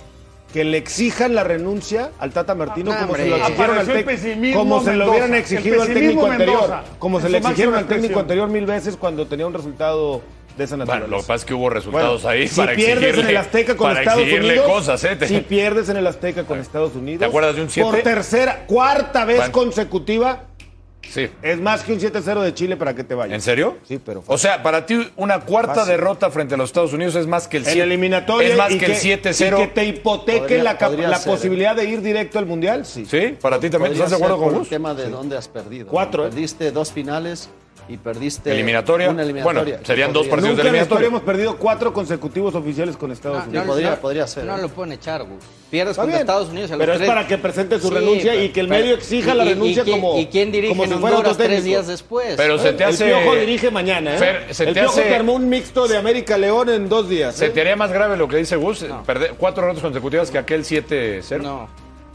Speaker 4: que le exijan la renuncia al Tata Martino
Speaker 6: Ah,
Speaker 4: como
Speaker 6: hombre.
Speaker 4: se lo exigieron al
Speaker 7: Apareció el
Speaker 4: técnico-
Speaker 7: pesimismo
Speaker 4: como se lo
Speaker 7: Mendoza,
Speaker 4: hubieran
Speaker 7: el
Speaker 4: exigido al
Speaker 7: pesimismo
Speaker 4: técnico anterior,
Speaker 7: Mendoza,
Speaker 4: como se
Speaker 7: en
Speaker 4: le
Speaker 7: su máxima
Speaker 4: exigieron al técnico
Speaker 7: expresión.
Speaker 4: anterior mil veces cuando tenía un resultado de esa
Speaker 3: Bueno,
Speaker 4: naturaleza.
Speaker 3: lo que pasa es que hubo resultados
Speaker 4: Bueno,
Speaker 3: ahí
Speaker 4: si
Speaker 3: para
Speaker 4: pierdes
Speaker 3: exigirle,
Speaker 4: en el Azteca con
Speaker 3: para
Speaker 4: Estados
Speaker 3: exigirle
Speaker 4: Unidos,
Speaker 3: cosas, ¿eh? Te-
Speaker 4: si pierdes en el Azteca con Estados Unidos,
Speaker 3: ¿Te acuerdas de un siete?
Speaker 4: por tercera, cuarta vez
Speaker 3: Bueno.
Speaker 4: consecutiva,
Speaker 3: Sí.
Speaker 4: es más que un 7-0 de Chile para que te vayas.
Speaker 3: ¿En serio?
Speaker 4: Sí, pero
Speaker 3: O sea, para ti una cuarta
Speaker 4: Fácil.
Speaker 3: derrota frente a los Estados Unidos es más que el
Speaker 4: en
Speaker 3: 7
Speaker 4: eliminatoria
Speaker 3: es más
Speaker 4: y
Speaker 3: que, el 7-0.
Speaker 4: y que te hipoteque
Speaker 5: Podría-
Speaker 4: la, cap-
Speaker 5: podría
Speaker 4: la
Speaker 5: ser, ¿eh?
Speaker 4: posibilidad de ir directo al mundial, sí.
Speaker 3: Sí, para ti también
Speaker 5: Podría
Speaker 3: estás de acuerdo
Speaker 5: ser por
Speaker 3: con
Speaker 5: el
Speaker 3: Gus.
Speaker 5: tema de dónde has perdido.
Speaker 4: Cuatro, ¿eh?
Speaker 5: Perdiste dos finales y perdiste
Speaker 3: Eliminatoria.
Speaker 5: una eliminatoria.
Speaker 3: Bueno,
Speaker 5: que
Speaker 3: serían dos
Speaker 5: podría-
Speaker 3: partidos.
Speaker 4: Nunca en la
Speaker 3: eliminatoria.
Speaker 4: historia hemos perdido cuatro consecutivos oficiales con
Speaker 6: No,
Speaker 4: Estados Unidos.
Speaker 6: no,
Speaker 5: podría-
Speaker 6: no,
Speaker 5: podría ser,
Speaker 6: No
Speaker 5: ¿eh?
Speaker 6: lo pueden echar, güey. Pierdes
Speaker 4: Está
Speaker 6: contra
Speaker 4: bien,
Speaker 6: Estados Unidos. a los
Speaker 4: pero es
Speaker 6: tres.
Speaker 4: para que presente su renuncia y que el medio exija la renuncia
Speaker 6: quién-
Speaker 4: como-
Speaker 6: ¿Y quién dirige
Speaker 4: como si
Speaker 6: en
Speaker 4: fuera otro
Speaker 6: Honduras tres
Speaker 4: técnico.
Speaker 6: días después?
Speaker 3: Pero se te
Speaker 4: el
Speaker 3: hace
Speaker 4: Piojo dirige mañana, ¿eh?
Speaker 3: Fer, se
Speaker 4: el
Speaker 3: te
Speaker 4: Piojo
Speaker 3: hace-
Speaker 4: te armó un mixto de América León en dos días.
Speaker 3: Se
Speaker 4: ¿eh?
Speaker 3: te haría más grave lo que dice Gus, perder cuatro derrotas consecutivas que aquel 7-0.
Speaker 6: No,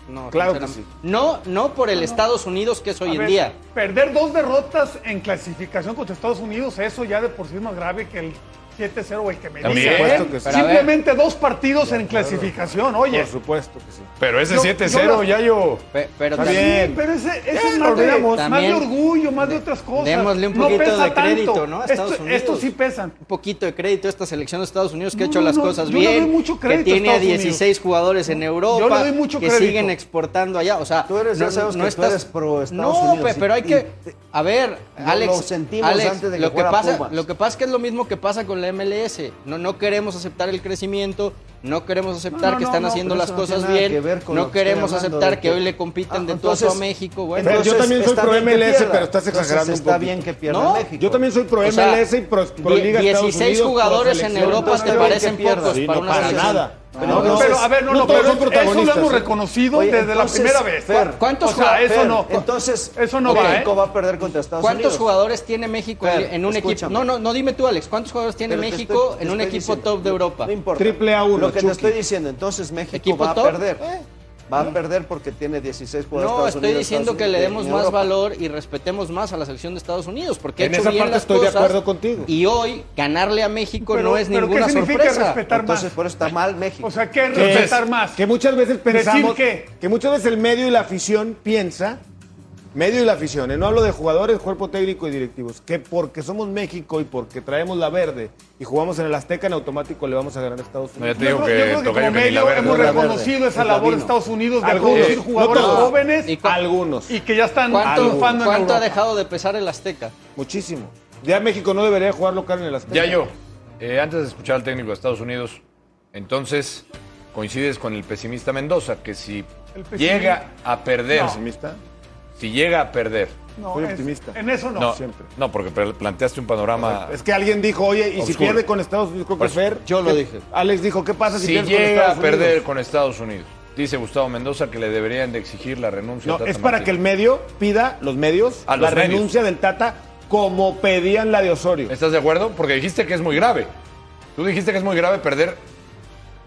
Speaker 6: no.
Speaker 4: Claro que
Speaker 6: sinceramente. No, no por el Estados Unidos que es hoy
Speaker 7: A
Speaker 6: en
Speaker 7: ver,
Speaker 6: día.
Speaker 7: Perder dos derrotas en clasificación contra Estados Unidos, eso ya de por sí es más grave que el 7-0 o el que me
Speaker 3: También.
Speaker 7: dice. ¿eh?
Speaker 3: Por
Speaker 4: supuesto que sí.
Speaker 7: Simplemente dos partidos en clasificación, oye.
Speaker 4: Por supuesto que sí.
Speaker 3: Pero ese
Speaker 7: Yo-
Speaker 3: 7-0,
Speaker 7: yo-
Speaker 3: Yayo.
Speaker 6: Pe- Pero
Speaker 4: Está
Speaker 6: también-
Speaker 4: bien.
Speaker 7: Sí, pero ese, ese
Speaker 4: Ya,
Speaker 7: es más de,
Speaker 4: olvidamos.
Speaker 7: más de
Speaker 6: También
Speaker 7: orgullo, más de otras cosas.
Speaker 6: démosle un
Speaker 7: No
Speaker 6: poquito
Speaker 7: pesa
Speaker 6: de crédito,
Speaker 7: tanto.
Speaker 6: ¿no? A
Speaker 7: Esto-
Speaker 6: Estados Unidos.
Speaker 7: Estos sí pesan.
Speaker 6: un poquito de crédito a esta selección de Estados Unidos que ha
Speaker 7: No,
Speaker 6: hecho
Speaker 7: no,
Speaker 6: las
Speaker 7: no,
Speaker 6: cosas
Speaker 7: yo le
Speaker 6: bien,
Speaker 7: doy mucho crédito
Speaker 6: que
Speaker 7: a
Speaker 6: tiene a
Speaker 7: Estados Unidos.
Speaker 6: 16 jugadores en Europa,
Speaker 7: yo le doy mucho
Speaker 6: que
Speaker 7: crédito.
Speaker 6: siguen exportando allá, o sea,
Speaker 5: Tú eres de esos que tú eres pro Estados
Speaker 6: no,
Speaker 5: Unidos
Speaker 6: pe-
Speaker 5: y-
Speaker 6: pero hay
Speaker 5: y
Speaker 6: que
Speaker 5: te-
Speaker 6: a ver,
Speaker 5: Lo-
Speaker 6: Alex,
Speaker 5: lo sentimos
Speaker 6: Alex,
Speaker 5: antes de que
Speaker 6: lo que
Speaker 5: fuera
Speaker 6: pasa,
Speaker 5: Pumas.
Speaker 6: lo que pasa es que es lo mismo que pasa con la MLS, no no queremos aceptar el crecimiento, no queremos aceptar
Speaker 5: no,
Speaker 6: que
Speaker 5: no,
Speaker 6: están
Speaker 5: no,
Speaker 6: haciendo
Speaker 5: pero
Speaker 6: las
Speaker 5: eso no
Speaker 6: cosas
Speaker 5: tiene nada
Speaker 6: bien,
Speaker 5: que ver con lo
Speaker 6: no
Speaker 5: que estoy
Speaker 6: queremos
Speaker 5: hablando
Speaker 6: aceptar
Speaker 5: de
Speaker 6: que
Speaker 5: que-
Speaker 6: hoy le compitan
Speaker 5: Ah,
Speaker 6: de todo a
Speaker 5: entonces-
Speaker 6: México,
Speaker 4: Fer,
Speaker 6: bueno.
Speaker 4: yo también soy
Speaker 5: está
Speaker 4: pro
Speaker 5: bien que
Speaker 4: MLS,
Speaker 5: pierda.
Speaker 4: pero estás
Speaker 5: Entonces,
Speaker 4: exagerando un
Speaker 5: está
Speaker 4: poquito.
Speaker 5: bien que pierda
Speaker 6: No,
Speaker 5: México.
Speaker 4: Yo también soy pro
Speaker 6: O sea,
Speaker 4: MLS y pro, pro
Speaker 6: die-
Speaker 4: Liga Estados
Speaker 6: 16
Speaker 4: Unidos, pro
Speaker 6: jugadores en
Speaker 4: selección.
Speaker 6: Europa
Speaker 4: No,
Speaker 6: te
Speaker 4: no,
Speaker 6: parecen
Speaker 5: que pierdas.
Speaker 6: pocos
Speaker 4: Sí,
Speaker 6: para
Speaker 4: no,
Speaker 6: una
Speaker 4: para
Speaker 6: selección.
Speaker 4: nada.
Speaker 5: No,
Speaker 4: No,
Speaker 5: no,
Speaker 7: pero a ver, no, no,
Speaker 4: todos
Speaker 7: pero
Speaker 4: son
Speaker 7: eso lo
Speaker 4: protagonistas,
Speaker 7: hemos
Speaker 4: ¿eh?
Speaker 7: reconocido
Speaker 5: Oye,
Speaker 7: desde
Speaker 5: entonces,
Speaker 7: la primera vez. ¿eh?
Speaker 5: Fer,
Speaker 6: ¿Cuántos
Speaker 7: o sea, eso
Speaker 5: Fer,
Speaker 7: no.
Speaker 5: Entonces,
Speaker 7: eso no
Speaker 6: ok,
Speaker 7: va, ¿eh?
Speaker 5: México va a perder contra Estados
Speaker 6: ¿Cuántos
Speaker 5: Unidos.
Speaker 6: jugadores tiene México en-
Speaker 5: Fer,
Speaker 6: en un equipo?
Speaker 5: escúchame.
Speaker 6: No, no, no dime tú, Alex. ¿Cuántos jugadores tiene
Speaker 5: Pero te
Speaker 6: México
Speaker 5: estoy- te
Speaker 6: en un
Speaker 5: estoy
Speaker 6: equipo
Speaker 5: diciendo,
Speaker 6: top de
Speaker 5: no-
Speaker 6: Europa?
Speaker 5: No importa.
Speaker 4: Triple A uno,
Speaker 5: Lo que
Speaker 4: Chucky.
Speaker 5: te estoy diciendo, entonces México
Speaker 6: ¿Equipo
Speaker 5: va
Speaker 6: top? Mm.
Speaker 5: a perder. Va a perder porque tiene 16 jugadores.
Speaker 6: No,
Speaker 5: Estados
Speaker 6: estoy
Speaker 5: Unidos,
Speaker 6: diciendo
Speaker 5: Estados
Speaker 6: que le
Speaker 5: Unidos,
Speaker 6: demos
Speaker 5: en
Speaker 6: más
Speaker 5: Europa.
Speaker 6: valor y respetemos más a la selección de Estados Unidos, porque ha
Speaker 4: En
Speaker 6: hecho
Speaker 4: esa
Speaker 6: bien
Speaker 4: parte
Speaker 6: las
Speaker 4: estoy de
Speaker 6: cosas,
Speaker 4: acuerdo contigo.
Speaker 6: Y hoy ganarle a México
Speaker 7: Pero-
Speaker 6: no es
Speaker 7: pero ¿qué
Speaker 6: ninguna
Speaker 7: significa
Speaker 6: sorpresa.
Speaker 7: respetar más?
Speaker 5: Entonces, por eso está mal México.
Speaker 7: O sea, ¿qué es
Speaker 4: Que es-
Speaker 7: respetar más?
Speaker 4: Que muchas veces pensamos
Speaker 7: qué?
Speaker 4: que muchas veces el medio y la afición piensa, medio y la afición, ¿eh? no hablo de jugadores, cuerpo técnico y directivos, que porque somos México y porque traemos la verde y jugamos en el Azteca en automático le vamos a ganar a Estados
Speaker 3: No, ya
Speaker 4: Unidos.
Speaker 3: te digo
Speaker 7: yo creo,
Speaker 3: que
Speaker 7: yo creo que
Speaker 3: Tocayo
Speaker 7: como
Speaker 3: que ni la
Speaker 7: medio
Speaker 3: verde.
Speaker 7: hemos
Speaker 5: La verde.
Speaker 7: reconocido esa
Speaker 5: El
Speaker 7: labor de
Speaker 5: Lavino.
Speaker 7: Estados Unidos de
Speaker 4: Algunos,
Speaker 7: producir
Speaker 4: no
Speaker 7: jugadores
Speaker 4: todos.
Speaker 7: jóvenes
Speaker 6: ¿Y cu-
Speaker 4: Algunos,
Speaker 7: y que ya están
Speaker 6: ¿Cuánto,
Speaker 7: triunfando en
Speaker 6: cuánto ha
Speaker 7: Europa.
Speaker 6: dejado de pesar el Azteca?
Speaker 4: muchísimo. Ya México no debería jugar local en el Azteca.
Speaker 3: Ya yo, eh, antes de escuchar al técnico de Estados Unidos, entonces coincides con el pesimista Mendoza, que si
Speaker 7: El pesimista.
Speaker 3: llega a perder,
Speaker 7: No.
Speaker 4: ¿Optimista?
Speaker 3: si llega a perder,
Speaker 7: No,
Speaker 4: Soy
Speaker 7: es-
Speaker 4: optimista.
Speaker 7: En eso no.
Speaker 3: no,
Speaker 4: siempre.
Speaker 3: no, porque pre- planteaste un panorama.
Speaker 4: Es que alguien dijo, oye, y si
Speaker 3: Obscuro.
Speaker 4: pierde con Estados Unidos, creo que
Speaker 3: Pues,
Speaker 4: Fer.
Speaker 5: yo lo
Speaker 4: que-
Speaker 5: dije.
Speaker 4: Alex dijo, ¿qué pasa si,
Speaker 3: si
Speaker 4: pierde con
Speaker 3: llega
Speaker 4: Estados
Speaker 3: a perder
Speaker 4: Unidos?
Speaker 3: con Estados Unidos, dice Gustavo Mendoza que le deberían de exigir la renuncia.
Speaker 4: No,
Speaker 3: al Tata
Speaker 4: es para
Speaker 3: Martino.
Speaker 4: que el medio pida, los medios,
Speaker 3: A
Speaker 4: la
Speaker 3: los medios.
Speaker 4: renuncia del Tata como pedían la de Osorio.
Speaker 3: ¿Estás de acuerdo? Porque dijiste que es muy grave. Tú dijiste que es muy grave perder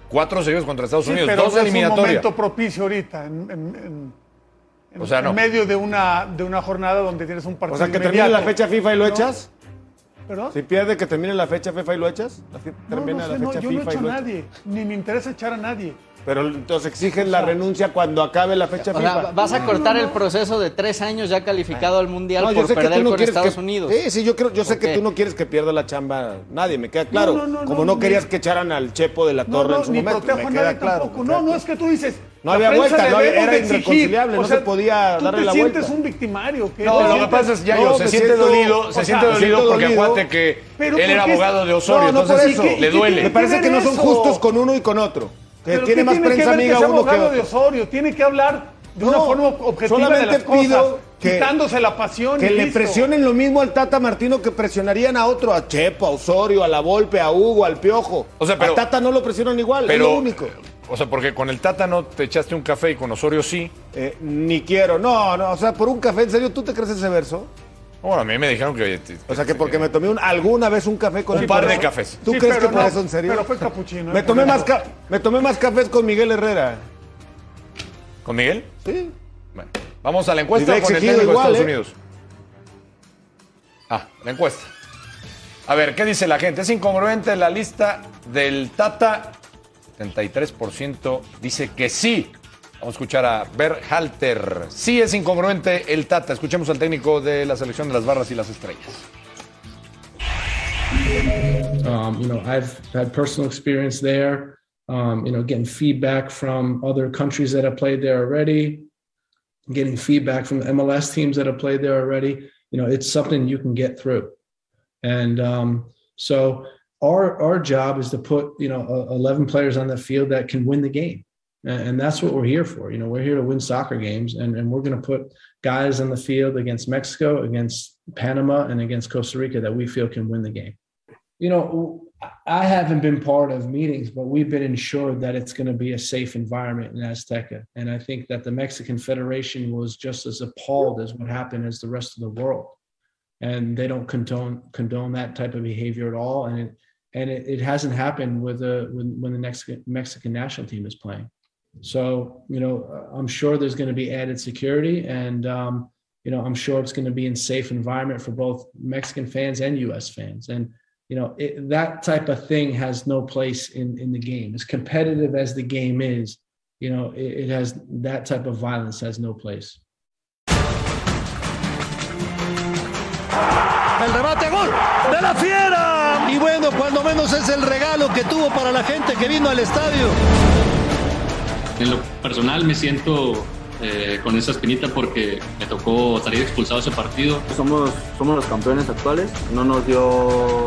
Speaker 3: cuatro seguidos contra Estados
Speaker 7: Sí,
Speaker 3: Unidos,
Speaker 7: pero
Speaker 3: dos
Speaker 7: no es un
Speaker 3: eliminatorias.
Speaker 7: momento propicio ahorita. En, en- en- en-
Speaker 3: O sea, no.
Speaker 7: en medio de una, de una jornada donde tienes un partido
Speaker 4: O sea, que termine la
Speaker 7: inmediato.
Speaker 4: fecha FIFA y lo
Speaker 7: No,
Speaker 4: echas.
Speaker 7: ¿Perdón?
Speaker 4: Si pierde, que termine la fecha FIFA y lo echas. La fi-
Speaker 7: No, no,
Speaker 4: Termina
Speaker 7: sé,
Speaker 4: la
Speaker 7: no,
Speaker 4: fecha
Speaker 7: yo no
Speaker 4: FIFA
Speaker 7: echo
Speaker 4: y lo
Speaker 7: a
Speaker 4: echas.
Speaker 7: nadie. Ni me interesa echar a nadie.
Speaker 4: Pero entonces exigen la renuncia cuando acabe la fecha
Speaker 6: O
Speaker 4: FIFA.
Speaker 6: sea, vas a cortar el proceso de tres años ya calificado al Mundial
Speaker 4: No, yo
Speaker 6: por
Speaker 4: sé que tú
Speaker 6: perder
Speaker 4: no
Speaker 6: con
Speaker 4: quieres
Speaker 6: Estados
Speaker 4: que-
Speaker 6: Unidos.
Speaker 4: Sí, sí, yo, creo, yo sé
Speaker 6: ¿Por
Speaker 4: que
Speaker 6: qué?
Speaker 4: tú no quieres que pierda la chamba nadie, me queda claro.
Speaker 7: No, no, no,
Speaker 4: Como no,
Speaker 7: no,
Speaker 4: querías
Speaker 7: ni-
Speaker 4: que echaran al Chepo de la
Speaker 7: No,
Speaker 4: Torre
Speaker 7: no,
Speaker 4: en su
Speaker 7: ni
Speaker 4: momento.
Speaker 7: protejo a
Speaker 4: me queda
Speaker 7: nadie
Speaker 4: claro,
Speaker 7: tampoco.
Speaker 4: me queda
Speaker 7: No, no,
Speaker 4: claro.
Speaker 7: es que tú dices.
Speaker 4: No
Speaker 7: la
Speaker 4: había
Speaker 7: prensa
Speaker 4: vuelta,
Speaker 7: le
Speaker 4: no había-
Speaker 7: debemos
Speaker 4: era
Speaker 7: de exigir.
Speaker 4: irreconciliable,
Speaker 7: O
Speaker 4: no
Speaker 7: sea,
Speaker 4: se podía
Speaker 7: tú
Speaker 4: darle
Speaker 7: te
Speaker 4: la
Speaker 7: sientes
Speaker 4: vuelta.
Speaker 7: un victimario. ¿qué?
Speaker 3: No,
Speaker 7: Te
Speaker 3: lo que
Speaker 7: sientes-
Speaker 3: pasa es que Yayo
Speaker 4: No,
Speaker 3: se
Speaker 4: me
Speaker 3: siente
Speaker 4: siento-
Speaker 3: dolido,
Speaker 4: o
Speaker 3: se
Speaker 4: sea,
Speaker 3: siente
Speaker 4: me
Speaker 3: dolido
Speaker 4: siento
Speaker 3: porque
Speaker 4: dolido.
Speaker 3: acuérdate que
Speaker 7: Pero
Speaker 3: él
Speaker 7: ¿por
Speaker 3: era
Speaker 7: qué es-
Speaker 3: abogado de Osorio,
Speaker 4: No, no, por
Speaker 3: entonces
Speaker 4: eso.
Speaker 3: le duele.
Speaker 4: Me parece que no son
Speaker 7: Eso.
Speaker 4: justos con uno y con otro. Que
Speaker 7: Pero
Speaker 4: tiene
Speaker 7: ¿qué
Speaker 4: más
Speaker 7: tiene que
Speaker 4: prensa
Speaker 7: ver que
Speaker 4: amiga
Speaker 7: sea
Speaker 4: uno que
Speaker 7: abogado de
Speaker 4: otro.
Speaker 7: Osorio, tiene que hablar de una
Speaker 4: No,
Speaker 7: forma objetiva de
Speaker 4: solamente
Speaker 7: las
Speaker 4: pido
Speaker 7: cosas,
Speaker 4: que-
Speaker 7: quitándose la pasión
Speaker 4: Que
Speaker 7: y
Speaker 4: le
Speaker 7: listo.
Speaker 4: presionen lo mismo al Tata Martino que presionarían a otro, a Chepo, a Osorio, a La Volpe, a Hugo, al Piojo.
Speaker 3: O sea, pero-
Speaker 4: a Tata no lo presionan igual,
Speaker 3: Pero,
Speaker 4: es lo único.
Speaker 3: O sea, porque con el Tata no te echaste un café y con Osorio sí.
Speaker 4: Eh, ni quiero, no, no, o sea, por un café, ¿en serio tú te crees ese verso?
Speaker 3: Bueno, a mí me dijeron que...
Speaker 4: O sea, que porque me tomé un- alguna vez un café con
Speaker 3: Un
Speaker 4: el
Speaker 3: par de
Speaker 4: Tata.
Speaker 3: cafés.
Speaker 4: ¿Tú
Speaker 7: Sí,
Speaker 4: crees que
Speaker 7: pero
Speaker 4: por
Speaker 7: no,
Speaker 4: eso en serio?
Speaker 7: Pero fue capuchino. ¿eh?
Speaker 4: me, tomé más ca- me tomé más cafés con Miguel Herrera.
Speaker 3: ¿Con Miguel?
Speaker 4: Sí.
Speaker 3: Bueno, vamos a la encuesta
Speaker 4: Y le ha
Speaker 3: con el
Speaker 4: exigido
Speaker 3: técnico
Speaker 4: igual,
Speaker 3: de Estados
Speaker 4: ¿eh?
Speaker 3: Unidos. Ah, la encuesta. A ver, ¿qué dice la gente? ¿Es incongruente la lista del Tata
Speaker 8: 73% dice que sí. Vamos a escuchar a Berhalter. Sí es incongruente el Tata. Escuchemos al técnico de la selección de las barras y las estrellas.
Speaker 9: Um, you know, I've had personal experience there. Um, you know, getting feedback from other countries that have played there already, getting feedback from the MLS teams that have played there already. You know, it's something you can get through, and um, so our our job is to put you know uh, eleven players on the field that can win the game, and, and that's what we're here for. You know, we're here to win soccer games, and and we're going to put guys on the field against Mexico, against Panama, and against Costa Rica that we feel can win the game you know i haven't been part of meetings but we've been ensured that it's going to be a safe environment in azteca and i think that the mexican federation was just as appalled as what happened as the rest of the world and they don't condone condone that type of behavior at all and it, and it, it hasn't happened with the when, when the mexican mexican national team is playing so you know i'm sure there's going to be added security and um, you know i'm sure it's going to be in safe environment for both mexican fans and us fans and you know it, that type of thing has no place in in the game as competitive as the game is you know it, it has that type of violence has no place
Speaker 10: El remate gol de la fiera. Y bueno, cuando menos es el regalo que tuvo para la gente que vino al estadio.
Speaker 11: En lo personal me siento eh, con esa espinita porque me tocó salir expulsado ese partido.
Speaker 2: Somos, somos los campeones actuales, no nos dio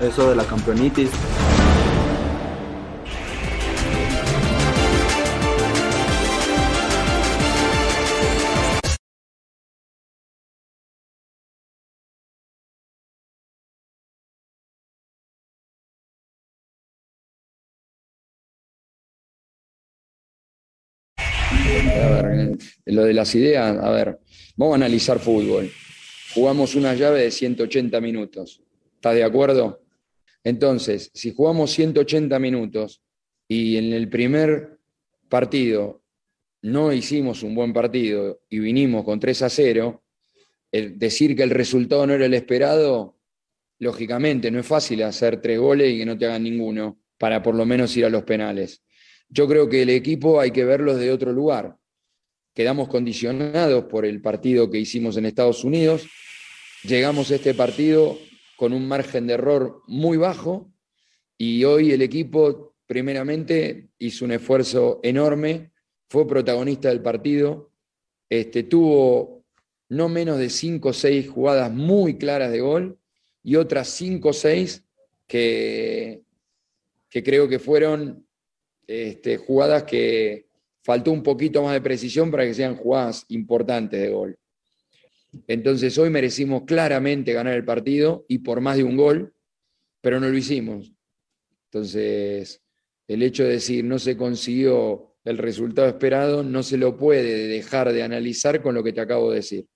Speaker 2: eso de la campeonitis.
Speaker 12: lo de las ideas, a ver, vamos a analizar fútbol. Jugamos una llave de 180 minutos. ¿Estás de acuerdo? Entonces, si jugamos 180 minutos y en el primer partido no hicimos un buen partido y vinimos con 3 a 0, el decir que el resultado no era el esperado, lógicamente no es fácil hacer tres goles y que no te hagan ninguno para por lo menos ir a los penales. Yo creo que el equipo hay que verlo de otro lugar quedamos condicionados por el partido que hicimos en Estados Unidos. Llegamos a este partido con un margen de error muy bajo y hoy el equipo primeramente hizo un esfuerzo enorme, fue protagonista del partido, este, tuvo no menos de cinco o seis jugadas muy claras de gol y otras cinco o seis que, que creo que fueron este, jugadas que, faltó un poquito más de precisión para que sean jugadas importantes de gol. Entonces hoy merecimos claramente ganar el partido y por más de un gol, pero no lo hicimos. Entonces, el hecho de decir no se consiguió el resultado esperado, no se lo puede dejar de analizar con lo que te acabo de decir.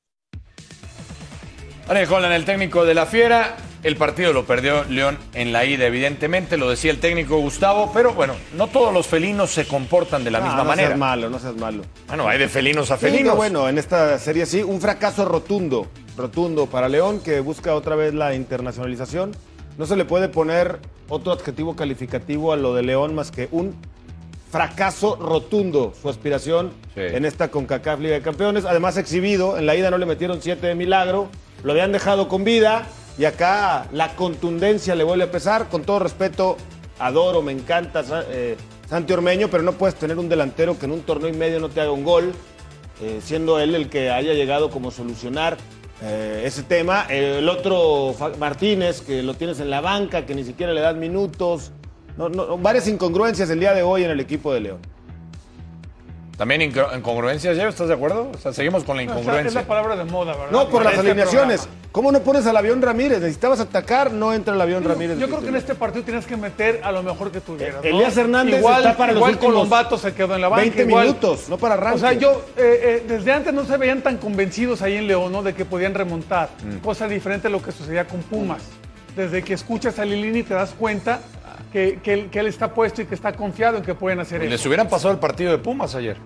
Speaker 8: Alex Holland, el técnico de la Fiera, el partido lo perdió León en la ida, evidentemente, lo decía el técnico Gustavo, pero bueno, no todos los felinos se comportan de la
Speaker 4: Ah, No,
Speaker 8: misma
Speaker 4: no
Speaker 8: manera.
Speaker 4: seas malo, no seas malo.
Speaker 8: Bueno, hay de felinos a
Speaker 4: Sí,
Speaker 8: felinos.
Speaker 4: no, bueno, en esta serie sí, un fracaso rotundo, rotundo para León, que busca otra vez la internacionalización. No se le puede poner otro adjetivo calificativo a lo de León más que un fracaso rotundo su aspiración
Speaker 8: Sí.
Speaker 4: en esta CONCACAF Liga de Campeones. Además, exhibido, en la ida no le metieron siete de milagro, lo habían dejado con vida y acá la contundencia le vuelve a pesar. Con todo respeto, adoro, me encanta Sa- eh, Santi Ormeño, pero no puedes tener un delantero que en un torneo y medio no te haga un gol, eh, siendo él el que haya llegado como a solucionar eh, ese tema. El otro Fa- Martínez, que lo tienes en la banca, que ni siquiera le dan minutos. No, no, varias incongruencias el día de hoy en el equipo de León.
Speaker 8: También incro- incongruencias, Diego, ¿estás de acuerdo? O sea, seguimos con la
Speaker 7: O sea, es
Speaker 8: incongruencia.
Speaker 7: la palabra de moda, ¿verdad?
Speaker 4: No, por
Speaker 7: En
Speaker 4: las
Speaker 7: este
Speaker 4: alineaciones.
Speaker 7: programa.
Speaker 4: ¿Cómo no pones al avión Ramírez? Necesitabas atacar, no entra el avión Ramírez.
Speaker 7: Yo creo que en este partido tienes que meter a lo mejor que tuvieras. ¿no?
Speaker 4: Eh, Elías Hernández
Speaker 7: igual,
Speaker 4: está para los
Speaker 7: igual
Speaker 4: últimos
Speaker 7: Colombato se quedó en la banca.
Speaker 4: 20
Speaker 7: igual-
Speaker 4: minutos, no para arranque.
Speaker 7: O sea, yo eh, eh, desde antes no se veían tan convencidos ahí en León, ¿no? De que podían remontar.
Speaker 3: Mm.
Speaker 7: Cosa diferente a lo que sucedía con Pumas. Desde que escuchas a Lilini te das cuenta que, que él, que él está puesto y que está confiado en que pueden hacer
Speaker 3: Pues
Speaker 7: eso.
Speaker 8: Pues Les hubieran pasado el partido de Pumas ayer,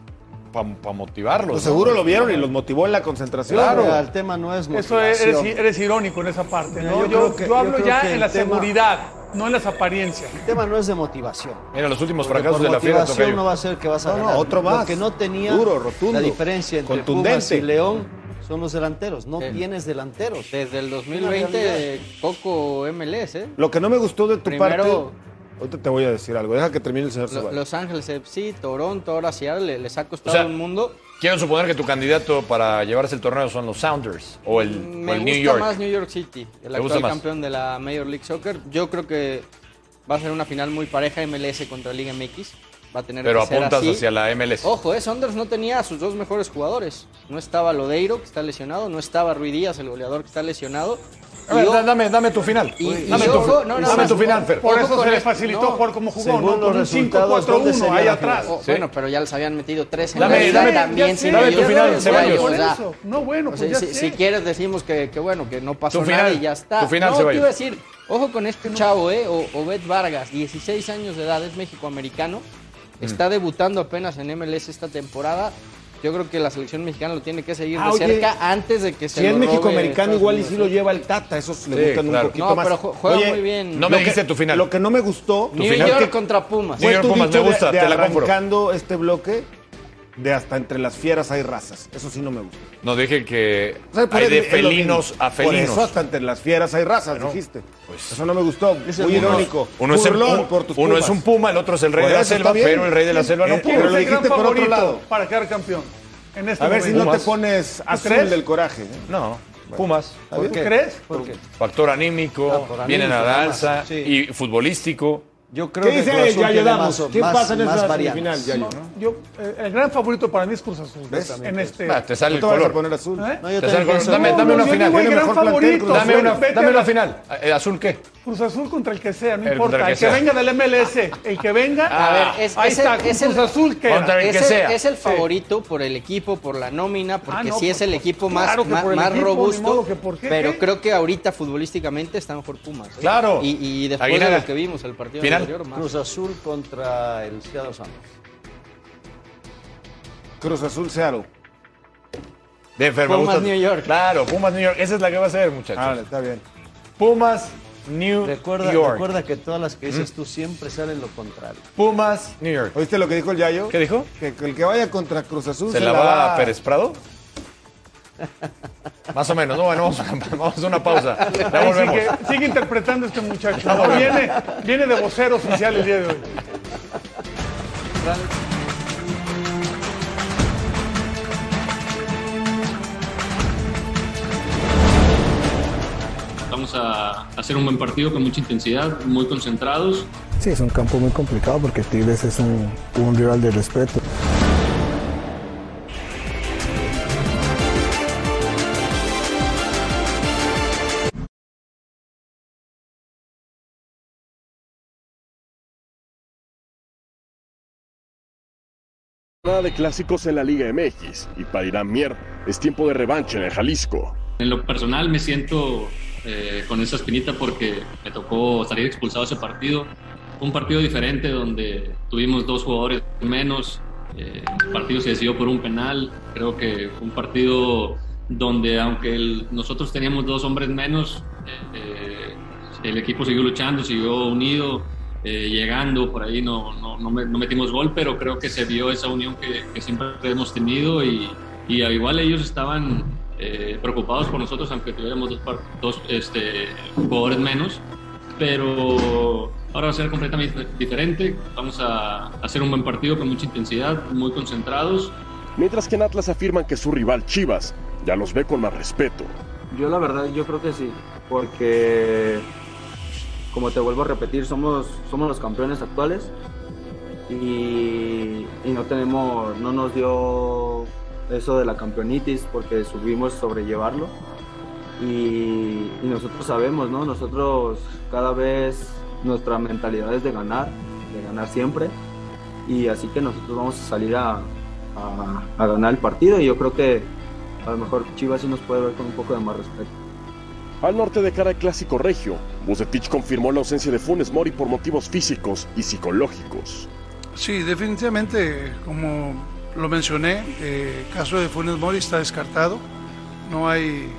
Speaker 8: para motivarlos.
Speaker 4: Pues
Speaker 8: ¿no?
Speaker 4: seguro lo vieron y los motivó en la concentración.
Speaker 5: Mira,
Speaker 4: Claro.
Speaker 5: El tema no es
Speaker 7: Eso es-
Speaker 5: motivación.
Speaker 7: eres, eres irónico en esa parte,
Speaker 5: Mira,
Speaker 7: ¿no?
Speaker 5: yo
Speaker 7: Yo,
Speaker 5: creo que-
Speaker 7: yo hablo
Speaker 5: yo creo
Speaker 7: ya
Speaker 5: que
Speaker 7: en
Speaker 5: el
Speaker 7: la
Speaker 5: tema-
Speaker 7: seguridad. no en las apariencias.
Speaker 5: El tema no es de motivación.
Speaker 3: Mira, los últimos
Speaker 5: Porque
Speaker 3: fracasos
Speaker 5: por
Speaker 3: de la fiera,
Speaker 5: motivación
Speaker 3: Tocayo.
Speaker 5: no va a ser que vas a
Speaker 3: No, no,
Speaker 5: ganar.
Speaker 3: otro más.
Speaker 5: Lo que no tenía
Speaker 3: Duro, rotundo,
Speaker 5: la diferencia entre
Speaker 3: contundente.
Speaker 5: Pumas y León son los delanteros. No tienes delanteros.
Speaker 6: Desde el
Speaker 5: Una
Speaker 6: 2020,
Speaker 5: realidad.
Speaker 6: Coco MLS, ¿eh?
Speaker 4: Lo que no me gustó de tu
Speaker 6: Primero-
Speaker 4: parte. Ahorita te voy a decir algo. Deja que termine el señor
Speaker 6: Lo-
Speaker 4: Ceballos.
Speaker 6: Los Ángeles FC, Toronto, ahora Seattle, le- les ha costado
Speaker 3: sea,
Speaker 6: un mundo.
Speaker 3: Quiero suponer que tu candidato para llevarse el torneo son los Sounders o el, o
Speaker 6: Me
Speaker 3: el
Speaker 6: gusta
Speaker 3: New York.
Speaker 6: más New York City, el
Speaker 3: ¿Te gusta
Speaker 6: actual
Speaker 3: más?
Speaker 6: campeón de la Major League Soccer. Yo creo que va a ser una final muy pareja MLS contra Liga MX. Va a tener
Speaker 3: Pero
Speaker 6: que ser
Speaker 3: apuntas
Speaker 6: así.
Speaker 3: hacia la MLS.
Speaker 6: Ojo, eh, Saunders no tenía a sus dos mejores jugadores. No estaba Lodeiro, que está lesionado, no estaba Rui Díaz, el goleador, que está lesionado.
Speaker 3: A ver,
Speaker 6: Y o-
Speaker 3: dame, dame tu final.
Speaker 6: y- y
Speaker 3: dame
Speaker 6: ojo,
Speaker 3: tu,
Speaker 6: no, nada
Speaker 3: dame
Speaker 6: más,
Speaker 3: tu final,
Speaker 6: ojo,
Speaker 3: Fer.
Speaker 7: Por
Speaker 6: ojo
Speaker 7: eso
Speaker 6: con
Speaker 7: se le
Speaker 6: el-
Speaker 7: facilitó
Speaker 6: no.
Speaker 7: jugar como jugó, ¿no? Con un 5-4-1 ahí atrás.
Speaker 6: Oh,
Speaker 7: Sí.
Speaker 6: Bueno, pero ya les habían metido tres en
Speaker 7: Dame-
Speaker 6: la ida,
Speaker 7: dame- ya
Speaker 6: también
Speaker 7: sé, Dame tu
Speaker 6: ya
Speaker 7: final,
Speaker 6: sé,
Speaker 7: Ceballos.
Speaker 6: o sea,
Speaker 7: Por eso. No, bueno,
Speaker 6: o
Speaker 7: pues
Speaker 6: sea,
Speaker 7: ya
Speaker 6: si,
Speaker 7: sé.
Speaker 6: si quieres decimos que, que bueno, que no pasó
Speaker 3: Tu final,
Speaker 6: nada y ya está.
Speaker 3: tu final,
Speaker 6: no, te
Speaker 3: Ceballos.
Speaker 6: iba a decir, ojo con este chavo, eh, O- Obed Vargas, 16 años de edad, es mexicoamericano, está debutando apenas en MLS esta temporada. Yo creo que la selección mexicana lo tiene que seguir
Speaker 4: Ah,
Speaker 6: de
Speaker 4: oye,
Speaker 6: cerca antes de que se
Speaker 4: Si es
Speaker 6: lo robe
Speaker 4: mexicoamericano,
Speaker 6: Estados
Speaker 4: igual y
Speaker 6: Unidos,
Speaker 4: si
Speaker 6: ¿eh?
Speaker 4: lo lleva el Tata. Esos
Speaker 3: Sí,
Speaker 4: le gustan
Speaker 3: claro.
Speaker 4: un poquito
Speaker 6: No,
Speaker 4: más.
Speaker 6: pero ju- juega muy bien. No me
Speaker 3: dijiste tu final.
Speaker 4: Lo que no me gustó.
Speaker 6: New York contra Pumas.
Speaker 4: Fue
Speaker 3: New York
Speaker 4: tu
Speaker 3: Pumas, me
Speaker 4: dicho de-
Speaker 3: gusta,
Speaker 4: de
Speaker 3: te la compro.
Speaker 4: arrancando este bloque de hasta entre las fieras hay razas. Eso sí no me gusta.
Speaker 3: No, dije que
Speaker 4: O sea, por
Speaker 3: hay
Speaker 4: eso
Speaker 3: de
Speaker 4: es lo que-
Speaker 3: felinos a
Speaker 4: Por eso
Speaker 3: felinos.
Speaker 4: hasta entre las fieras hay razas, dijiste. eso no me gustó. Muy
Speaker 3: Uno-
Speaker 4: irónico.
Speaker 3: Uno, es, el-
Speaker 4: Burlón
Speaker 3: un-
Speaker 4: por tus
Speaker 3: uno es
Speaker 4: Pumas.
Speaker 3: un puma, el otro es el rey
Speaker 4: Por
Speaker 3: de la
Speaker 4: eso está
Speaker 3: selva,
Speaker 4: bien.
Speaker 3: pero el rey de la selva no
Speaker 4: Eh,
Speaker 3: pudo.
Speaker 4: pero
Speaker 7: ¿Quién es
Speaker 4: lo
Speaker 7: el gran
Speaker 4: dijiste por otro
Speaker 7: favorito
Speaker 4: lado.
Speaker 7: para quedar campeón? En este
Speaker 4: A ver si no te
Speaker 3: Pumas.
Speaker 4: pones azul
Speaker 7: crees?
Speaker 4: del coraje. ¿eh?
Speaker 3: No, Pumas.
Speaker 4: ¿Por
Speaker 7: ¿Tú
Speaker 4: qué?
Speaker 7: crees? Eh,
Speaker 3: Factor anímico,
Speaker 4: Ah, por
Speaker 3: vienen a
Speaker 4: anímico,
Speaker 3: la
Speaker 4: nada
Speaker 3: alza y futbolístico.
Speaker 5: Yo
Speaker 4: creo ¿Qué que dice Cruz Azul Yayo tiene Damos? más- ¿Quién más- pasa en más esa
Speaker 5: variantes.
Speaker 4: semifinal, Yayo?
Speaker 7: Yo, eh, el gran favorito para mí es Cruz Azul. En este.
Speaker 3: Ah, te sale el
Speaker 4: te vayas a
Speaker 3: color.
Speaker 4: poner azul.
Speaker 7: ¿Eh?
Speaker 5: No, yo
Speaker 3: Te sale el
Speaker 5: también
Speaker 3: color.
Speaker 5: pienso-
Speaker 3: Dame,
Speaker 7: No,
Speaker 3: dame
Speaker 7: no,
Speaker 3: una
Speaker 7: yo
Speaker 3: final.
Speaker 7: digo el
Speaker 3: Dame
Speaker 7: gran
Speaker 3: mejor plantel,
Speaker 7: favorito,
Speaker 3: Cruz Azul. Dame una,
Speaker 7: vete
Speaker 3: dame
Speaker 7: a-
Speaker 3: una final. Eh, ¿Azul qué?
Speaker 7: Cruz Azul contra el que sea, no
Speaker 3: El
Speaker 7: importa.
Speaker 3: contra el
Speaker 7: El,
Speaker 3: que
Speaker 7: que,
Speaker 3: sea. Ah.
Speaker 7: venga del MLS, el que venga.
Speaker 3: A ver,
Speaker 6: es-
Speaker 7: ahí
Speaker 6: es
Speaker 7: está,
Speaker 6: el-
Speaker 7: con
Speaker 6: es
Speaker 7: Cruz
Speaker 6: el-
Speaker 7: Azul que.
Speaker 3: Contra el
Speaker 6: es,
Speaker 3: que
Speaker 6: el,
Speaker 3: sea.
Speaker 6: es el favorito por el equipo, por la nómina, porque
Speaker 7: no,
Speaker 6: sí es
Speaker 7: por-
Speaker 6: el equipo más,
Speaker 7: claro que
Speaker 6: ma-
Speaker 7: por el
Speaker 6: más
Speaker 7: equipo, ni
Speaker 6: robusto.
Speaker 7: modo que por qué,
Speaker 6: pero
Speaker 7: ¿qué?
Speaker 6: creo que ahorita futbolísticamente está mejor Pumas. ¿eh?
Speaker 3: Claro.
Speaker 6: Y, y después de
Speaker 3: Aguinaga.
Speaker 6: lo que vimos el partido
Speaker 3: Final.
Speaker 6: anterior, más.
Speaker 5: Cruz Azul contra el Seattle Sounders.
Speaker 4: Cruz Azul Seattle.
Speaker 3: De enfermo.
Speaker 6: Pumas,
Speaker 3: gusta-
Speaker 6: New York.
Speaker 3: Claro, Pumas New York. Esa es la que va a ser, muchachos.
Speaker 4: Ah, está bien.
Speaker 3: Pumas New
Speaker 5: Recuerda,
Speaker 3: York.
Speaker 5: recuerda que todas las que dices tú siempre salen lo contrario.
Speaker 3: Pumas New York.
Speaker 4: ¿Oíste lo que dijo el Yayo?
Speaker 3: ¿Qué dijo?
Speaker 4: Que el que vaya contra Cruz Azul
Speaker 3: ¿Se, la
Speaker 4: Ah.
Speaker 3: va a Pérez Prado? Más o menos. No, bueno, vamos a, vamos a una pausa. Ya
Speaker 7: Ahí sí
Speaker 3: volvemos.
Speaker 7: que sigue interpretando este muchacho. ¿no? Viene, viene de vocero oficial el día de hoy.
Speaker 11: Vamos a hacer un buen partido con mucha intensidad, muy concentrados.
Speaker 13: Sí, es un campo muy complicado porque Tigres es un, un rival de respeto.
Speaker 14: Nada de clásicos en la Liga MX y para Irán Mier es tiempo de revancha en el Jalisco.
Speaker 11: En lo personal me siento eh, con esa espinita porque me tocó salir expulsado ese partido. Un partido diferente donde tuvimos dos jugadores menos. eh, el partido se decidió por un penal. Creo que fue un partido donde aunque el- nosotros teníamos dos hombres menos, eh, el equipo siguió luchando, siguió unido, eh, llegando, por ahí no, no, no me- no metimos gol, pero creo que se vio esa unión que, que siempre hemos tenido y, y al igual ellos estaban eh, preocupados por nosotros, aunque tuviéramos dos, par- dos, este, jugadores menos, pero ahora va a ser completamente diferente, vamos a hacer un buen partido con mucha intensidad, muy concentrados.
Speaker 14: Mientras que en Atlas afirman que su rival Chivas ya los ve con más respeto.
Speaker 2: Yo la verdad, yo creo que sí, porque como te vuelvo a repetir, somos, somos los campeones actuales y, y no tenemos, no nos dio eso de la campeonitis porque subimos sobrellevarlo y, y nosotros sabemos, ¿no? Nosotros cada vez nuestra mentalidad es de ganar, de ganar siempre y así que nosotros vamos a salir a, a- a ganar el partido y yo creo que a lo mejor Chivas sí nos puede ver con un poco de más respeto.
Speaker 14: Al norte de cara al clásico regio, Bucetich confirmó la ausencia de Funes Mori por motivos físicos y psicológicos.
Speaker 1: Sí, definitivamente, como lo mencioné, eh, el caso de Funes Mori está descartado. No hay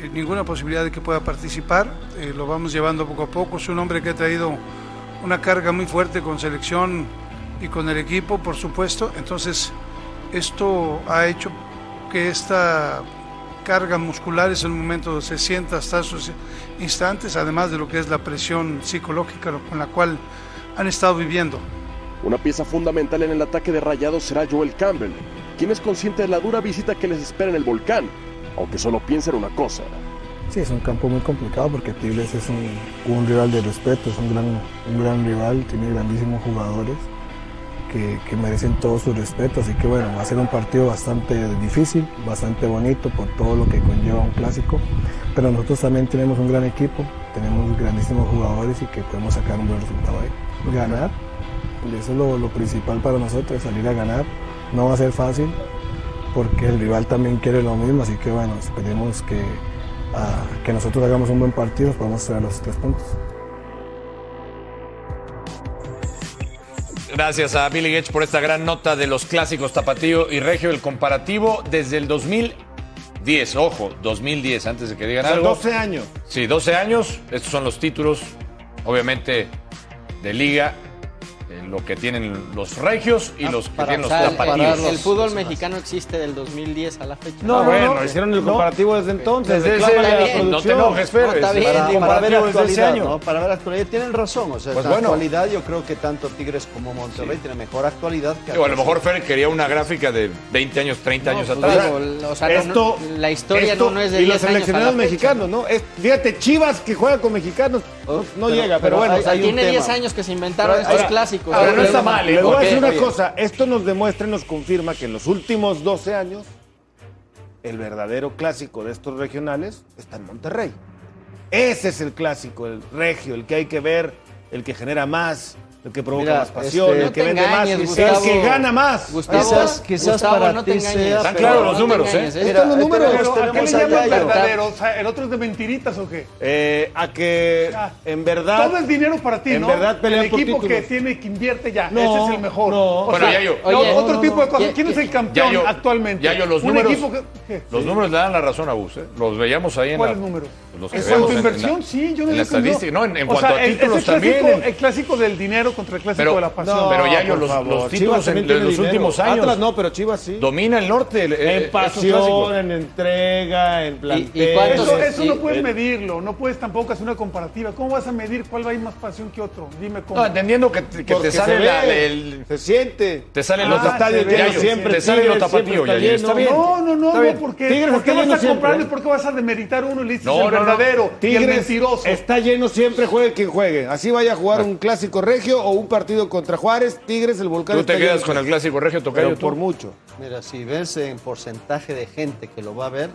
Speaker 1: eh, ninguna posibilidad de que pueda participar. Eh, lo vamos llevando poco a poco. Es un hombre que ha traído una carga muy fuerte con selección y con el equipo, por supuesto. Entonces, esto ha hecho que esta carga muscular es el momento se sienta hasta sus instantes, además de lo que es la presión psicológica con la cual han estado viviendo.
Speaker 14: Una pieza fundamental en el ataque de Rayados será Joel Campbell, quien es consciente de la dura visita que les espera en el volcán, aunque solo piensa en una cosa.
Speaker 13: Sí, es un campo muy complicado porque Tigres es un, un rival de respeto, es un gran, un gran rival, tiene grandísimos jugadores que, que merecen todo su respeto, así que bueno, va a ser un partido bastante difícil, bastante bonito por todo lo que conlleva un clásico, pero nosotros también tenemos un gran equipo, tenemos grandísimos jugadores y que podemos sacar un buen resultado ahí. Ganar, y eso es lo, lo principal para nosotros, salir a ganar, no va a ser fácil porque el rival también quiere lo mismo, así que bueno, esperemos que, ah, que nosotros hagamos un buen partido, pues podamos traer los tres puntos.
Speaker 3: Gracias a Billy Getch por esta gran nota de los clásicos Tapatío y Regio, el comparativo desde el 2010. Ojo, 2010, antes de que digan
Speaker 4: O sea,
Speaker 3: algo.
Speaker 4: 12 años.
Speaker 3: Sí, 12 años. Estos son los títulos, obviamente, de liga. eh, Lo que tienen los regios y los que tienen los
Speaker 6: O sea, el-
Speaker 3: tapatíos.
Speaker 6: el, fútbol mexicano existe del 2010 a la fecha.
Speaker 4: No, Ah, bueno, hicieron el comparativo desde entonces.
Speaker 6: Desde
Speaker 4: reclámale
Speaker 6: ese-
Speaker 4: a la
Speaker 6: no te
Speaker 4: producción.
Speaker 6: enojes, Fer, No, está
Speaker 5: Para- para, ver
Speaker 4: comparativo desde ese
Speaker 5: actualidad, ¿no?
Speaker 4: año.
Speaker 5: Para ver actualidad. Tienen razón, o sea,
Speaker 3: Pues
Speaker 5: en
Speaker 3: bueno.
Speaker 5: actualidad yo creo que tanto Tigres como Monterrey tienen mejor actualidad que
Speaker 3: Digo, a lo
Speaker 5: otros.
Speaker 3: mejor Fer quería una gráfica de 20 años, 30 años
Speaker 5: pues
Speaker 3: atrás.
Speaker 6: digo, o sea, Esto- no- la historia no- no es de
Speaker 4: y los
Speaker 6: 10 años a la
Speaker 4: seleccionados
Speaker 6: fecha.
Speaker 4: mexicanos, ¿no? Es, fíjate, Chivas que juega con mexicanos. No, no
Speaker 6: pero-
Speaker 4: llega, pero,
Speaker 6: pero
Speaker 4: bueno.
Speaker 6: hay- hay un Tiene tema. 10 años que se inventaron estos clásicos. Ahora,
Speaker 4: no
Speaker 6: no
Speaker 4: está
Speaker 6: está
Speaker 4: mal.
Speaker 6: mal, ¿eh?
Speaker 4: Les voy a
Speaker 6: Porque-
Speaker 4: decir una
Speaker 6: Está bien.
Speaker 4: cosa. Esto nos demuestra y nos confirma que en los últimos 12 años, el verdadero clásico de estos regionales está en Monterrey. Ese es el clásico, el regio, el que hay que ver, el que genera más, el que provoca
Speaker 5: Mira,
Speaker 4: más pasión,
Speaker 5: este,
Speaker 4: el
Speaker 5: no
Speaker 4: que
Speaker 5: te
Speaker 4: vende
Speaker 5: engañes,
Speaker 4: más,
Speaker 5: Gustavo.
Speaker 4: el que gana más.
Speaker 5: Gustavo, Quizás- quizás Gustavo, para no te ti engañes. sea Están
Speaker 4: claros
Speaker 5: claros los números, ¿eh?
Speaker 4: Ahí están los
Speaker 5: Mira,
Speaker 4: números.
Speaker 5: tenemos-
Speaker 7: ¿A qué le
Speaker 5: tenemos al
Speaker 7: llaman
Speaker 5: gallo.
Speaker 7: verdadero? O sea, ¿el otro es de mentiritas o qué?
Speaker 4: Eh, a que en verdad.
Speaker 7: Todo es dinero para ti,
Speaker 4: en
Speaker 7: ¿no?
Speaker 4: verdad pelean
Speaker 7: el
Speaker 4: por
Speaker 7: equipo que
Speaker 4: títulos.
Speaker 7: tiene que invierte ya,
Speaker 4: No,
Speaker 7: ese es el mejor.
Speaker 4: no.
Speaker 7: O
Speaker 3: Bueno,
Speaker 7: sea,
Speaker 3: Yayo.
Speaker 7: no,
Speaker 3: Oye,
Speaker 7: otro
Speaker 3: no, no,
Speaker 7: tipo de cosas.
Speaker 3: ya-
Speaker 7: ¿Quién es el
Speaker 3: ya-
Speaker 7: campeón
Speaker 3: Yayo,
Speaker 7: actualmente?
Speaker 3: Yayo, los
Speaker 7: Un
Speaker 3: números-
Speaker 7: equipo que- ¿qué?
Speaker 3: Los números le dan la razón a Gus, ¿eh? Los veíamos ahí en
Speaker 7: ¿Cuáles
Speaker 3: la-
Speaker 7: números?
Speaker 3: Los que
Speaker 7: En
Speaker 3: veíamos
Speaker 7: cuanto a
Speaker 3: en- en la-
Speaker 7: inversión, sí, yo no
Speaker 3: en la
Speaker 7: digo que no.
Speaker 3: estadística, no, en, en
Speaker 7: O
Speaker 3: cuanto
Speaker 7: sea,
Speaker 3: a
Speaker 7: el-
Speaker 3: títulos
Speaker 7: ese
Speaker 3: también.
Speaker 7: Clásico,
Speaker 3: en-
Speaker 7: El clásico del dinero contra el clásico
Speaker 3: Pero-
Speaker 7: de la pasión.
Speaker 3: no, pero Yayo,
Speaker 4: por
Speaker 3: los-
Speaker 4: favor.
Speaker 3: los títulos
Speaker 4: Chivas
Speaker 3: en-
Speaker 4: también
Speaker 3: en los
Speaker 4: tiene
Speaker 3: últimos
Speaker 4: dinero.
Speaker 3: años.
Speaker 4: Atlas no, pero Chivas sí.
Speaker 3: Domina el norte. el- eh,
Speaker 4: En
Speaker 3: esos clásicos.
Speaker 4: pasión, en entrega, en plantel.
Speaker 7: eso, eso no puedes
Speaker 4: En-
Speaker 7: medirlo, no puedes tampoco hacer una comparativa. ¿Cómo vas a medir cuál va a ir más pasión que otro? Dime cómo.
Speaker 3: No, entendiendo que, te- que
Speaker 7: Porque
Speaker 3: te
Speaker 7: se
Speaker 3: sale la-
Speaker 7: ve,
Speaker 3: el.
Speaker 4: Se siente.
Speaker 3: Te sale
Speaker 7: Ah,
Speaker 3: los
Speaker 7: se ve.
Speaker 3: Yayo, Te sale lo tapatío, Yayo. Está bien.
Speaker 7: No, no, no,
Speaker 4: Está bien.
Speaker 7: no porque
Speaker 4: Tigres
Speaker 7: ¿por qué
Speaker 4: está
Speaker 7: vas
Speaker 4: lleno
Speaker 7: a comprarlo
Speaker 4: siempre, ¿eh?
Speaker 7: y por qué vas a demeritar uno y le dices
Speaker 4: No,
Speaker 7: el
Speaker 4: no, no.
Speaker 7: verdadero y el
Speaker 4: Tigres
Speaker 7: mentiroso?
Speaker 4: Está lleno siempre, juegue quien juegue. Así vaya a jugar un clásico regio o un partido contra Juárez, Tigres, el volcán.
Speaker 3: Tú te
Speaker 4: está lleno
Speaker 3: quedas con el
Speaker 4: siempre.
Speaker 3: clásico regio tocayo.
Speaker 4: Pero por
Speaker 3: tú.
Speaker 4: mucho.
Speaker 5: Mira, si ves en porcentaje de gente que lo va a ver,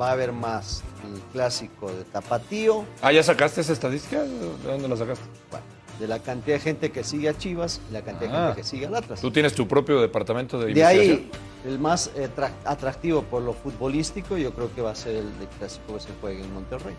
Speaker 5: va a haber más el clásico de Tapatío,
Speaker 3: Ah, ¿ya sacaste esa estadística? ¿De dónde la sacaste?
Speaker 5: de la cantidad de gente que sigue a Chivas y la cantidad de
Speaker 3: Ah.
Speaker 5: gente que sigue al Atlas.
Speaker 3: Tú tienes tu propio departamento de
Speaker 5: De
Speaker 3: investigación.
Speaker 5: ahí, el más eh, tra- atractivo por lo futbolístico, yo creo que va a ser el, el clásico que se juegue en Monterrey.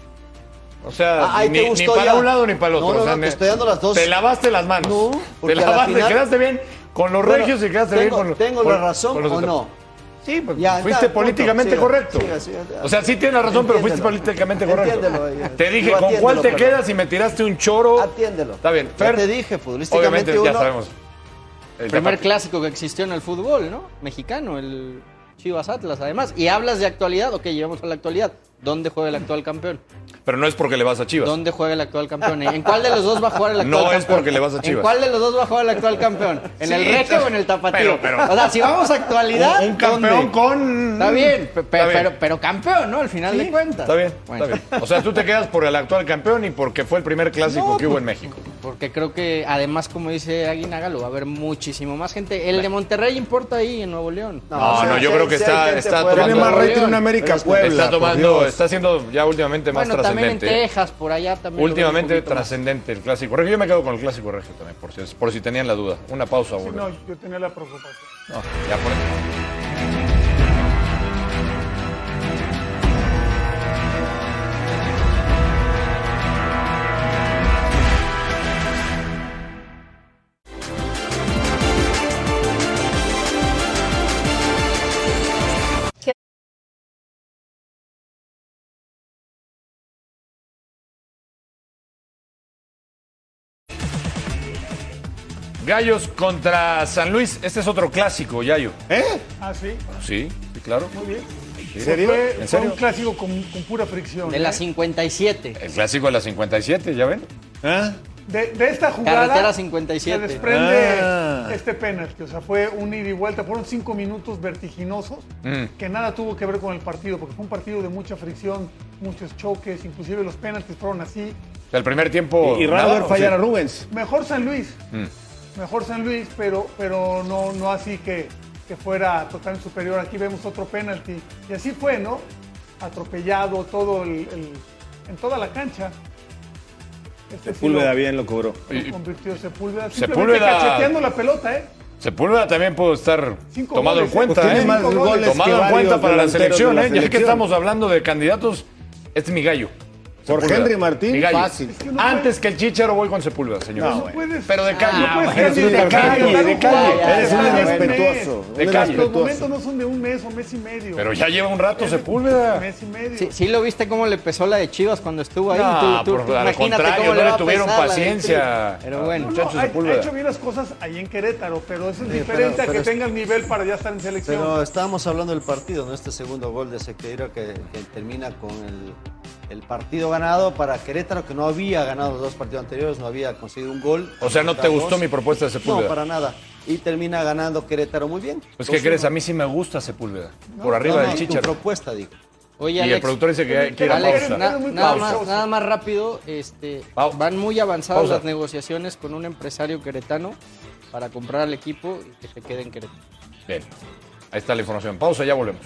Speaker 3: O sea,
Speaker 5: Ah, ahí
Speaker 3: ni,
Speaker 5: te
Speaker 3: ni
Speaker 5: gustó
Speaker 3: para
Speaker 5: ya.
Speaker 3: un lado ni para el otro.
Speaker 5: No, no,
Speaker 3: o sea,
Speaker 5: no, te
Speaker 3: me-
Speaker 5: estoy dando las dos.
Speaker 3: Te lavaste las manos.
Speaker 5: No,
Speaker 3: te
Speaker 5: porque a la
Speaker 3: lavaste,
Speaker 5: final-
Speaker 3: quedaste bien con los
Speaker 5: Bueno,
Speaker 3: regios y quedaste
Speaker 5: tengo-
Speaker 3: bien con los.
Speaker 5: ¿tengo
Speaker 3: con-
Speaker 5: la razón
Speaker 3: con los
Speaker 5: o
Speaker 3: otros.
Speaker 5: no?
Speaker 3: Sí, pues
Speaker 5: Ya,
Speaker 3: fuiste
Speaker 5: está, punto.
Speaker 3: políticamente
Speaker 5: Siga,
Speaker 3: correcto.
Speaker 5: siga, siga, ya.
Speaker 3: o sea, sí tienes la razón, pero fuiste
Speaker 5: Entiéndelo.
Speaker 3: políticamente correcto.
Speaker 5: Entiéndelo, ya.
Speaker 3: Te dije,
Speaker 5: Digo,
Speaker 3: ¿con cuál
Speaker 5: atiéndelo,
Speaker 3: te
Speaker 5: pero-
Speaker 3: quedas? Y me tiraste un choro.
Speaker 5: Atiéndelo.
Speaker 3: Está bien,
Speaker 5: Ya
Speaker 3: Fer.
Speaker 5: te dije, futbolísticamente
Speaker 3: Obviamente, ya
Speaker 5: uno-
Speaker 3: sabemos. El
Speaker 6: El primer
Speaker 3: Tapatío.
Speaker 6: clásico que existió en el fútbol, ¿no? Mexicano, el Chivas Atlas, además. Y hablas de actualidad, ok, llevamos a la actualidad. ¿Dónde juega el actual campeón?
Speaker 3: Pero no es porque le vas a Chivas.
Speaker 6: ¿Dónde juega el actual campeón? ¿En cuál de los dos va a jugar el actual
Speaker 3: No es
Speaker 6: campeón?
Speaker 3: porque le vas a Chivas.
Speaker 6: ¿En cuál de los dos va a jugar el actual campeón? ¿En
Speaker 3: Sí,
Speaker 6: el Reque o en el Tapatío?
Speaker 3: pero- pero-
Speaker 6: o sea, si vamos a actualidad.
Speaker 3: Un- un campeón
Speaker 6: con. Está bien, pe- pe-
Speaker 3: Está bien.
Speaker 6: Pero, pero campeón, ¿no? Al final de cuentas.
Speaker 3: Está bien,
Speaker 6: Bueno.
Speaker 3: está bien. O sea, tú te quedas por el actual campeón y porque fue el primer clásico que
Speaker 5: pues,
Speaker 3: hubo en México.
Speaker 6: Porque creo que, además, como dice Aguinaga, lo va a haber muchísimo más gente. El de Monterrey importa ahí, en Nuevo León.
Speaker 3: No, no, yo creo que está, está tomando. Está tomando, está siendo ya últimamente más
Speaker 6: Bueno, también en
Speaker 3: trascendente. ¿eh?
Speaker 6: Texas, por allá también. lo
Speaker 3: últimamente
Speaker 6: ven un poquito más.
Speaker 3: trascendente el clásico regio. Yo me quedo con el clásico regio también, por si, por si tenían la duda. Una pausa,
Speaker 7: Sí,
Speaker 3: volvemos.
Speaker 7: no, yo tenía la preocupación.
Speaker 3: No, ya por eso. Gallos contra San Luis. Este es otro clásico, Yayo.
Speaker 4: ¿Eh?
Speaker 7: Ah, sí.
Speaker 3: Sí, sí, claro.
Speaker 7: Muy bien.
Speaker 3: Sí.
Speaker 7: Fue,
Speaker 3: ¿En
Speaker 7: fue
Speaker 3: serio?
Speaker 7: un clásico con, con pura fricción.
Speaker 6: De la
Speaker 7: ¿eh?
Speaker 6: 57.
Speaker 3: El clásico de la 57, ¿ya ven?
Speaker 4: ¿Ah?
Speaker 7: De, de esta jugada.
Speaker 6: Carretera 57.
Speaker 7: Se desprende
Speaker 3: Ah.
Speaker 7: este penalti. O sea, fue un ida y vuelta. Fueron cinco minutos vertiginosos
Speaker 3: Mm.
Speaker 7: que nada tuvo que ver con el partido, porque fue un partido de mucha fricción, muchos choques, inclusive los penaltis fueron así.
Speaker 3: O sea, El primer tiempo.
Speaker 4: Y- y raro
Speaker 3: nada,
Speaker 4: ver
Speaker 3: ¿o
Speaker 4: fallar
Speaker 3: sí?
Speaker 4: a Rubens.
Speaker 7: Mejor San Luis,
Speaker 3: Mm.
Speaker 7: mejor San Luis, pero, pero no, no así que, que fuera totalmente superior. Aquí vemos otro penalti. Y así fue, ¿no? Atropellado todo el, el- en toda la cancha. Este sí
Speaker 4: Sepúlveda
Speaker 7: lo-
Speaker 4: bien lo cobró.
Speaker 7: lo convirtió Sepúlveda. Simplemente
Speaker 3: Sepúlveda-
Speaker 7: cacheteando la pelota, ¿eh?
Speaker 3: Sepúlveda también pudo estar
Speaker 7: Cinco
Speaker 3: tomado
Speaker 7: goles,
Speaker 3: en cuenta,
Speaker 7: pues tiene
Speaker 3: ¿eh?
Speaker 7: más
Speaker 3: Tomado
Speaker 7: goles
Speaker 3: en
Speaker 7: que
Speaker 3: cuenta
Speaker 7: varios
Speaker 3: para la
Speaker 7: delanteros
Speaker 3: selección,
Speaker 7: de la
Speaker 3: ¿eh? Ya que
Speaker 7: selección.
Speaker 3: estamos hablando de candidatos, este es mi gallo.
Speaker 4: Por
Speaker 3: Sepúlveda.
Speaker 4: Henry Martín,
Speaker 3: Mi gallo.
Speaker 4: fácil.
Speaker 3: Es que no Antes que el Chicharo voy con Sepúlveda, señor.
Speaker 4: No,
Speaker 3: Pero de calle.
Speaker 7: no puedes
Speaker 3: eres
Speaker 7: ser
Speaker 3: Ah, un
Speaker 7: de calle,
Speaker 3: calle, de
Speaker 7: de calle.
Speaker 3: calle.
Speaker 7: Eres un irrespetuoso,
Speaker 3: De
Speaker 7: un
Speaker 3: calle.
Speaker 7: Los momentos no son de un mes o mes y medio.
Speaker 3: Pero ya lleva un rato
Speaker 7: Un
Speaker 3: Sepúlveda.
Speaker 7: mes y medio.
Speaker 6: Sí, sí lo viste cómo le pesó la de Chivas cuando estuvo ahí.
Speaker 3: No,
Speaker 6: Tú- tú-
Speaker 3: por-
Speaker 6: tú
Speaker 3: al
Speaker 6: imagínate
Speaker 3: contrario,
Speaker 6: cómo
Speaker 3: no
Speaker 6: le
Speaker 3: le
Speaker 6: va a
Speaker 3: tuvieron
Speaker 6: pesar la de
Speaker 3: paciencia.
Speaker 6: Chivas. Pero bueno,
Speaker 7: No, no,
Speaker 3: Muchachos
Speaker 7: ha,
Speaker 3: Sepúlveda.
Speaker 7: ha hecho bien las cosas ahí en Querétaro, pero eso es
Speaker 5: Sí,
Speaker 7: diferente
Speaker 5: pero-
Speaker 7: a que
Speaker 5: pero es-
Speaker 7: tenga el nivel para ya estar en selección.
Speaker 5: Pero estábamos hablando del partido, ¿no? Este segundo gol de Sequeira que, que termina con el, el partido ganado para Querétaro, que no había ganado los dos partidos anteriores, no había conseguido un gol.
Speaker 3: O sea, ¿no te
Speaker 5: Dos.
Speaker 3: gustó mi propuesta de Sepúlveda?
Speaker 5: No, para nada. Y termina ganando Querétaro muy bien.
Speaker 3: Pues, ¿qué
Speaker 5: Dos-
Speaker 3: crees? A mí sí me gusta Sepúlveda.
Speaker 5: No,
Speaker 3: Por arriba
Speaker 5: no,
Speaker 3: del
Speaker 5: no, tu
Speaker 3: Chicharo.
Speaker 5: propuesta, digo.
Speaker 6: Oye,
Speaker 3: Y el
Speaker 6: Alex,
Speaker 3: productor dice que quiere
Speaker 6: Alex,
Speaker 3: pausa.
Speaker 6: na-
Speaker 3: Eres muy
Speaker 6: nada,
Speaker 3: pausa.
Speaker 6: más, nada más rápido, este, van muy avanzadas
Speaker 3: Pausa.
Speaker 6: las negociaciones con un empresario queretano para comprar al equipo y que se quede en Querétaro.
Speaker 3: Bien. Ahí está la información. Pausa, ya volvemos.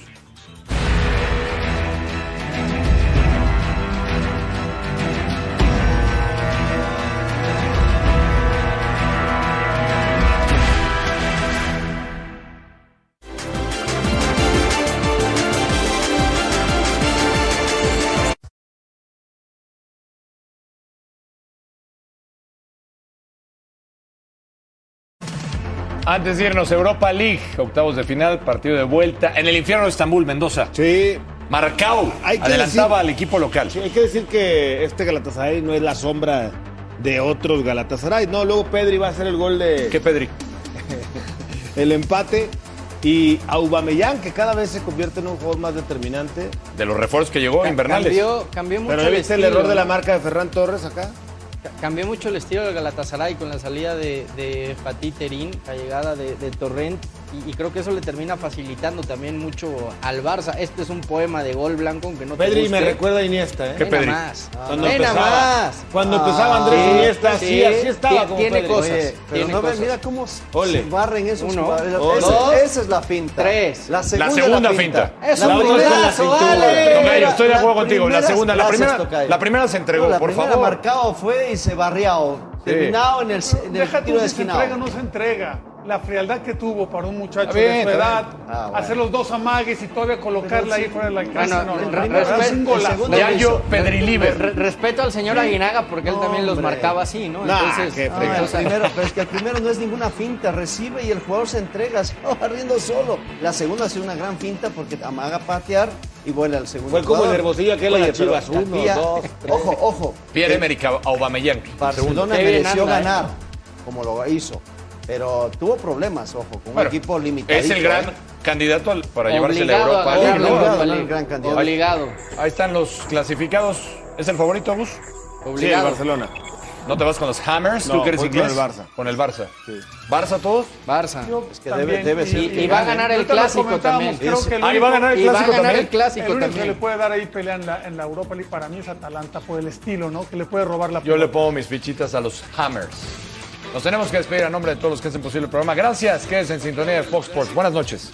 Speaker 3: Antes de irnos, Europa League, octavos de final, partido de vuelta en el infierno de Estambul, Mendoza.
Speaker 4: Sí.
Speaker 3: Marcao
Speaker 4: Hay que
Speaker 3: adelantaba
Speaker 4: decir-
Speaker 3: al equipo local.
Speaker 4: Sí, hay que decir que este Galatasaray no es la sombra de otros Galatasaray. No, luego Pedri va a hacer el gol de.
Speaker 3: ¿Qué Pedri?
Speaker 4: el empate. Y Aubameyang, que cada vez se convierte en un jugador más determinante.
Speaker 3: De los refuerzos que llegó, Invernales.
Speaker 6: Cambió, cambió mucho
Speaker 4: Pero ¿ya viste el
Speaker 6: estilo,
Speaker 4: error de la
Speaker 6: ¿no?
Speaker 4: marca de Ferran Torres acá.
Speaker 6: Ca- Cambió mucho el estilo del Galatasaray con la salida de, de Fatih Terín, la llegada de, de Torrent, y, y creo que eso le termina facilitando también mucho al Barça. Este es un poema de gol blanco, aunque no te
Speaker 4: Pedri me
Speaker 6: guste.
Speaker 4: recuerda a Iniesta, ¿eh?
Speaker 6: ¿Qué Ven Pedri? nada más.
Speaker 4: Cuando
Speaker 6: Ven
Speaker 4: empezaba,
Speaker 6: nada más.
Speaker 4: Cuando
Speaker 6: Ah,
Speaker 4: empezaba Andrés
Speaker 6: sí,
Speaker 4: Iniesta, así,
Speaker 6: sí.
Speaker 4: así estaba
Speaker 6: Tie-
Speaker 4: como
Speaker 6: tiene
Speaker 4: Pedri.
Speaker 6: cosas.
Speaker 5: Oye, pero
Speaker 6: tiene
Speaker 5: no ve-
Speaker 6: cosas.
Speaker 5: mira cómo se
Speaker 4: Ole.
Speaker 5: barren esos
Speaker 6: Uno,
Speaker 5: jugadores.
Speaker 6: ole.
Speaker 5: Esa,
Speaker 6: dos.
Speaker 5: esa es la finta.
Speaker 6: Tres.
Speaker 5: La segunda,
Speaker 3: la segunda finta.
Speaker 5: Es un golazo, vale.
Speaker 3: Tocayo, estoy de acuerdo contigo. La
Speaker 5: primeras
Speaker 3: segunda, la
Speaker 5: clases,
Speaker 3: primera,
Speaker 5: Tocayo.
Speaker 3: la primera se entregó,
Speaker 5: No, la
Speaker 3: por
Speaker 5: primera
Speaker 3: favor.
Speaker 5: marcado fue y se barriado.
Speaker 3: Sí.
Speaker 5: Terminado en el, en el
Speaker 7: Deja tú
Speaker 5: tiro de
Speaker 7: si se entrega o
Speaker 5: esquinado.
Speaker 7: no se entrega. La frialdad que tuvo para un muchacho
Speaker 5: Está bien,
Speaker 7: de su
Speaker 5: está
Speaker 7: edad,
Speaker 5: bien. Ah, bueno.
Speaker 7: hacer los dos amagues y todavía colocarla ahí fuera de la casa.
Speaker 6: Bueno,
Speaker 7: no,
Speaker 6: re-
Speaker 7: no, no,
Speaker 6: respe-
Speaker 7: es un golazo.
Speaker 6: el segundo
Speaker 3: Ya
Speaker 6: piso.
Speaker 3: yo, Pedri Liber.
Speaker 6: Re- respeto al señor Aguinaga porque él también los
Speaker 5: Hombre.
Speaker 6: marcaba así, ¿no?
Speaker 4: Nah,
Speaker 6: Entonces,
Speaker 4: qué
Speaker 5: No, el
Speaker 6: o sea,
Speaker 5: primero, pero es que el primero no es ninguna finta, recibe y el jugador se entrega, se va barriendo solo. La segunda ha sido una gran finta porque amaga patear y vuela al segundo.
Speaker 4: Fue como
Speaker 5: jugador.
Speaker 4: el Hermosillo aquel
Speaker 5: Oye,
Speaker 4: de
Speaker 5: pero
Speaker 4: Chivas, uno,
Speaker 5: Tapia-
Speaker 4: dos,
Speaker 5: Ojo, ojo.
Speaker 3: Pierre Emerick Aubameyang.
Speaker 5: Barcelona
Speaker 6: Qué bien
Speaker 5: mereció
Speaker 6: anda, ¿eh?
Speaker 5: ganar, como lo hizo, pero tuvo problemas, ojo, con
Speaker 3: Bueno,
Speaker 5: un equipo limitado.
Speaker 3: Es el gran candidato al- para llevarse la
Speaker 6: ¿eh? obligado
Speaker 3: Europa
Speaker 6: a ganar
Speaker 3: League,
Speaker 6: la
Speaker 3: ¿no?
Speaker 6: Europa
Speaker 5: ¿no?
Speaker 6: League.
Speaker 5: Gran candidato.
Speaker 6: Obligado.
Speaker 3: Ahí están los clasificados. ¿Es el favorito, Gus?
Speaker 4: Sí, el
Speaker 6: Obligado.
Speaker 4: Barcelona.
Speaker 3: ¿No te vas con los Hammers? ¿Tú
Speaker 4: No,
Speaker 3: que eres
Speaker 4: voy con
Speaker 3: inglés?
Speaker 4: el Barça.
Speaker 3: Con el Barça.
Speaker 4: Sí.
Speaker 3: ¿Barça todos?
Speaker 6: Barça.
Speaker 7: Yo
Speaker 5: que debe-
Speaker 7: también,
Speaker 5: debe ser
Speaker 6: que gane. Ahorita lo comentábamos, creo
Speaker 7: Creo
Speaker 6: que
Speaker 7: que
Speaker 3: el Ah, ¿y va a único- ganar el
Speaker 6: Y va a
Speaker 3: clásico
Speaker 6: ganar
Speaker 3: también?
Speaker 6: el clásico
Speaker 7: el único
Speaker 6: también.
Speaker 7: que le puede dar ahí pelea en la, en la Europa League para mí es Atalanta por el estilo, ¿no? Que le puede robar la
Speaker 3: Yo
Speaker 7: pelota.
Speaker 3: le pongo mis fichitas a los Hammers. Nos tenemos que despedir a nombre de todos los que hacen posible el programa. Gracias, quédense en sintonía de Fox Sports. Buenas noches.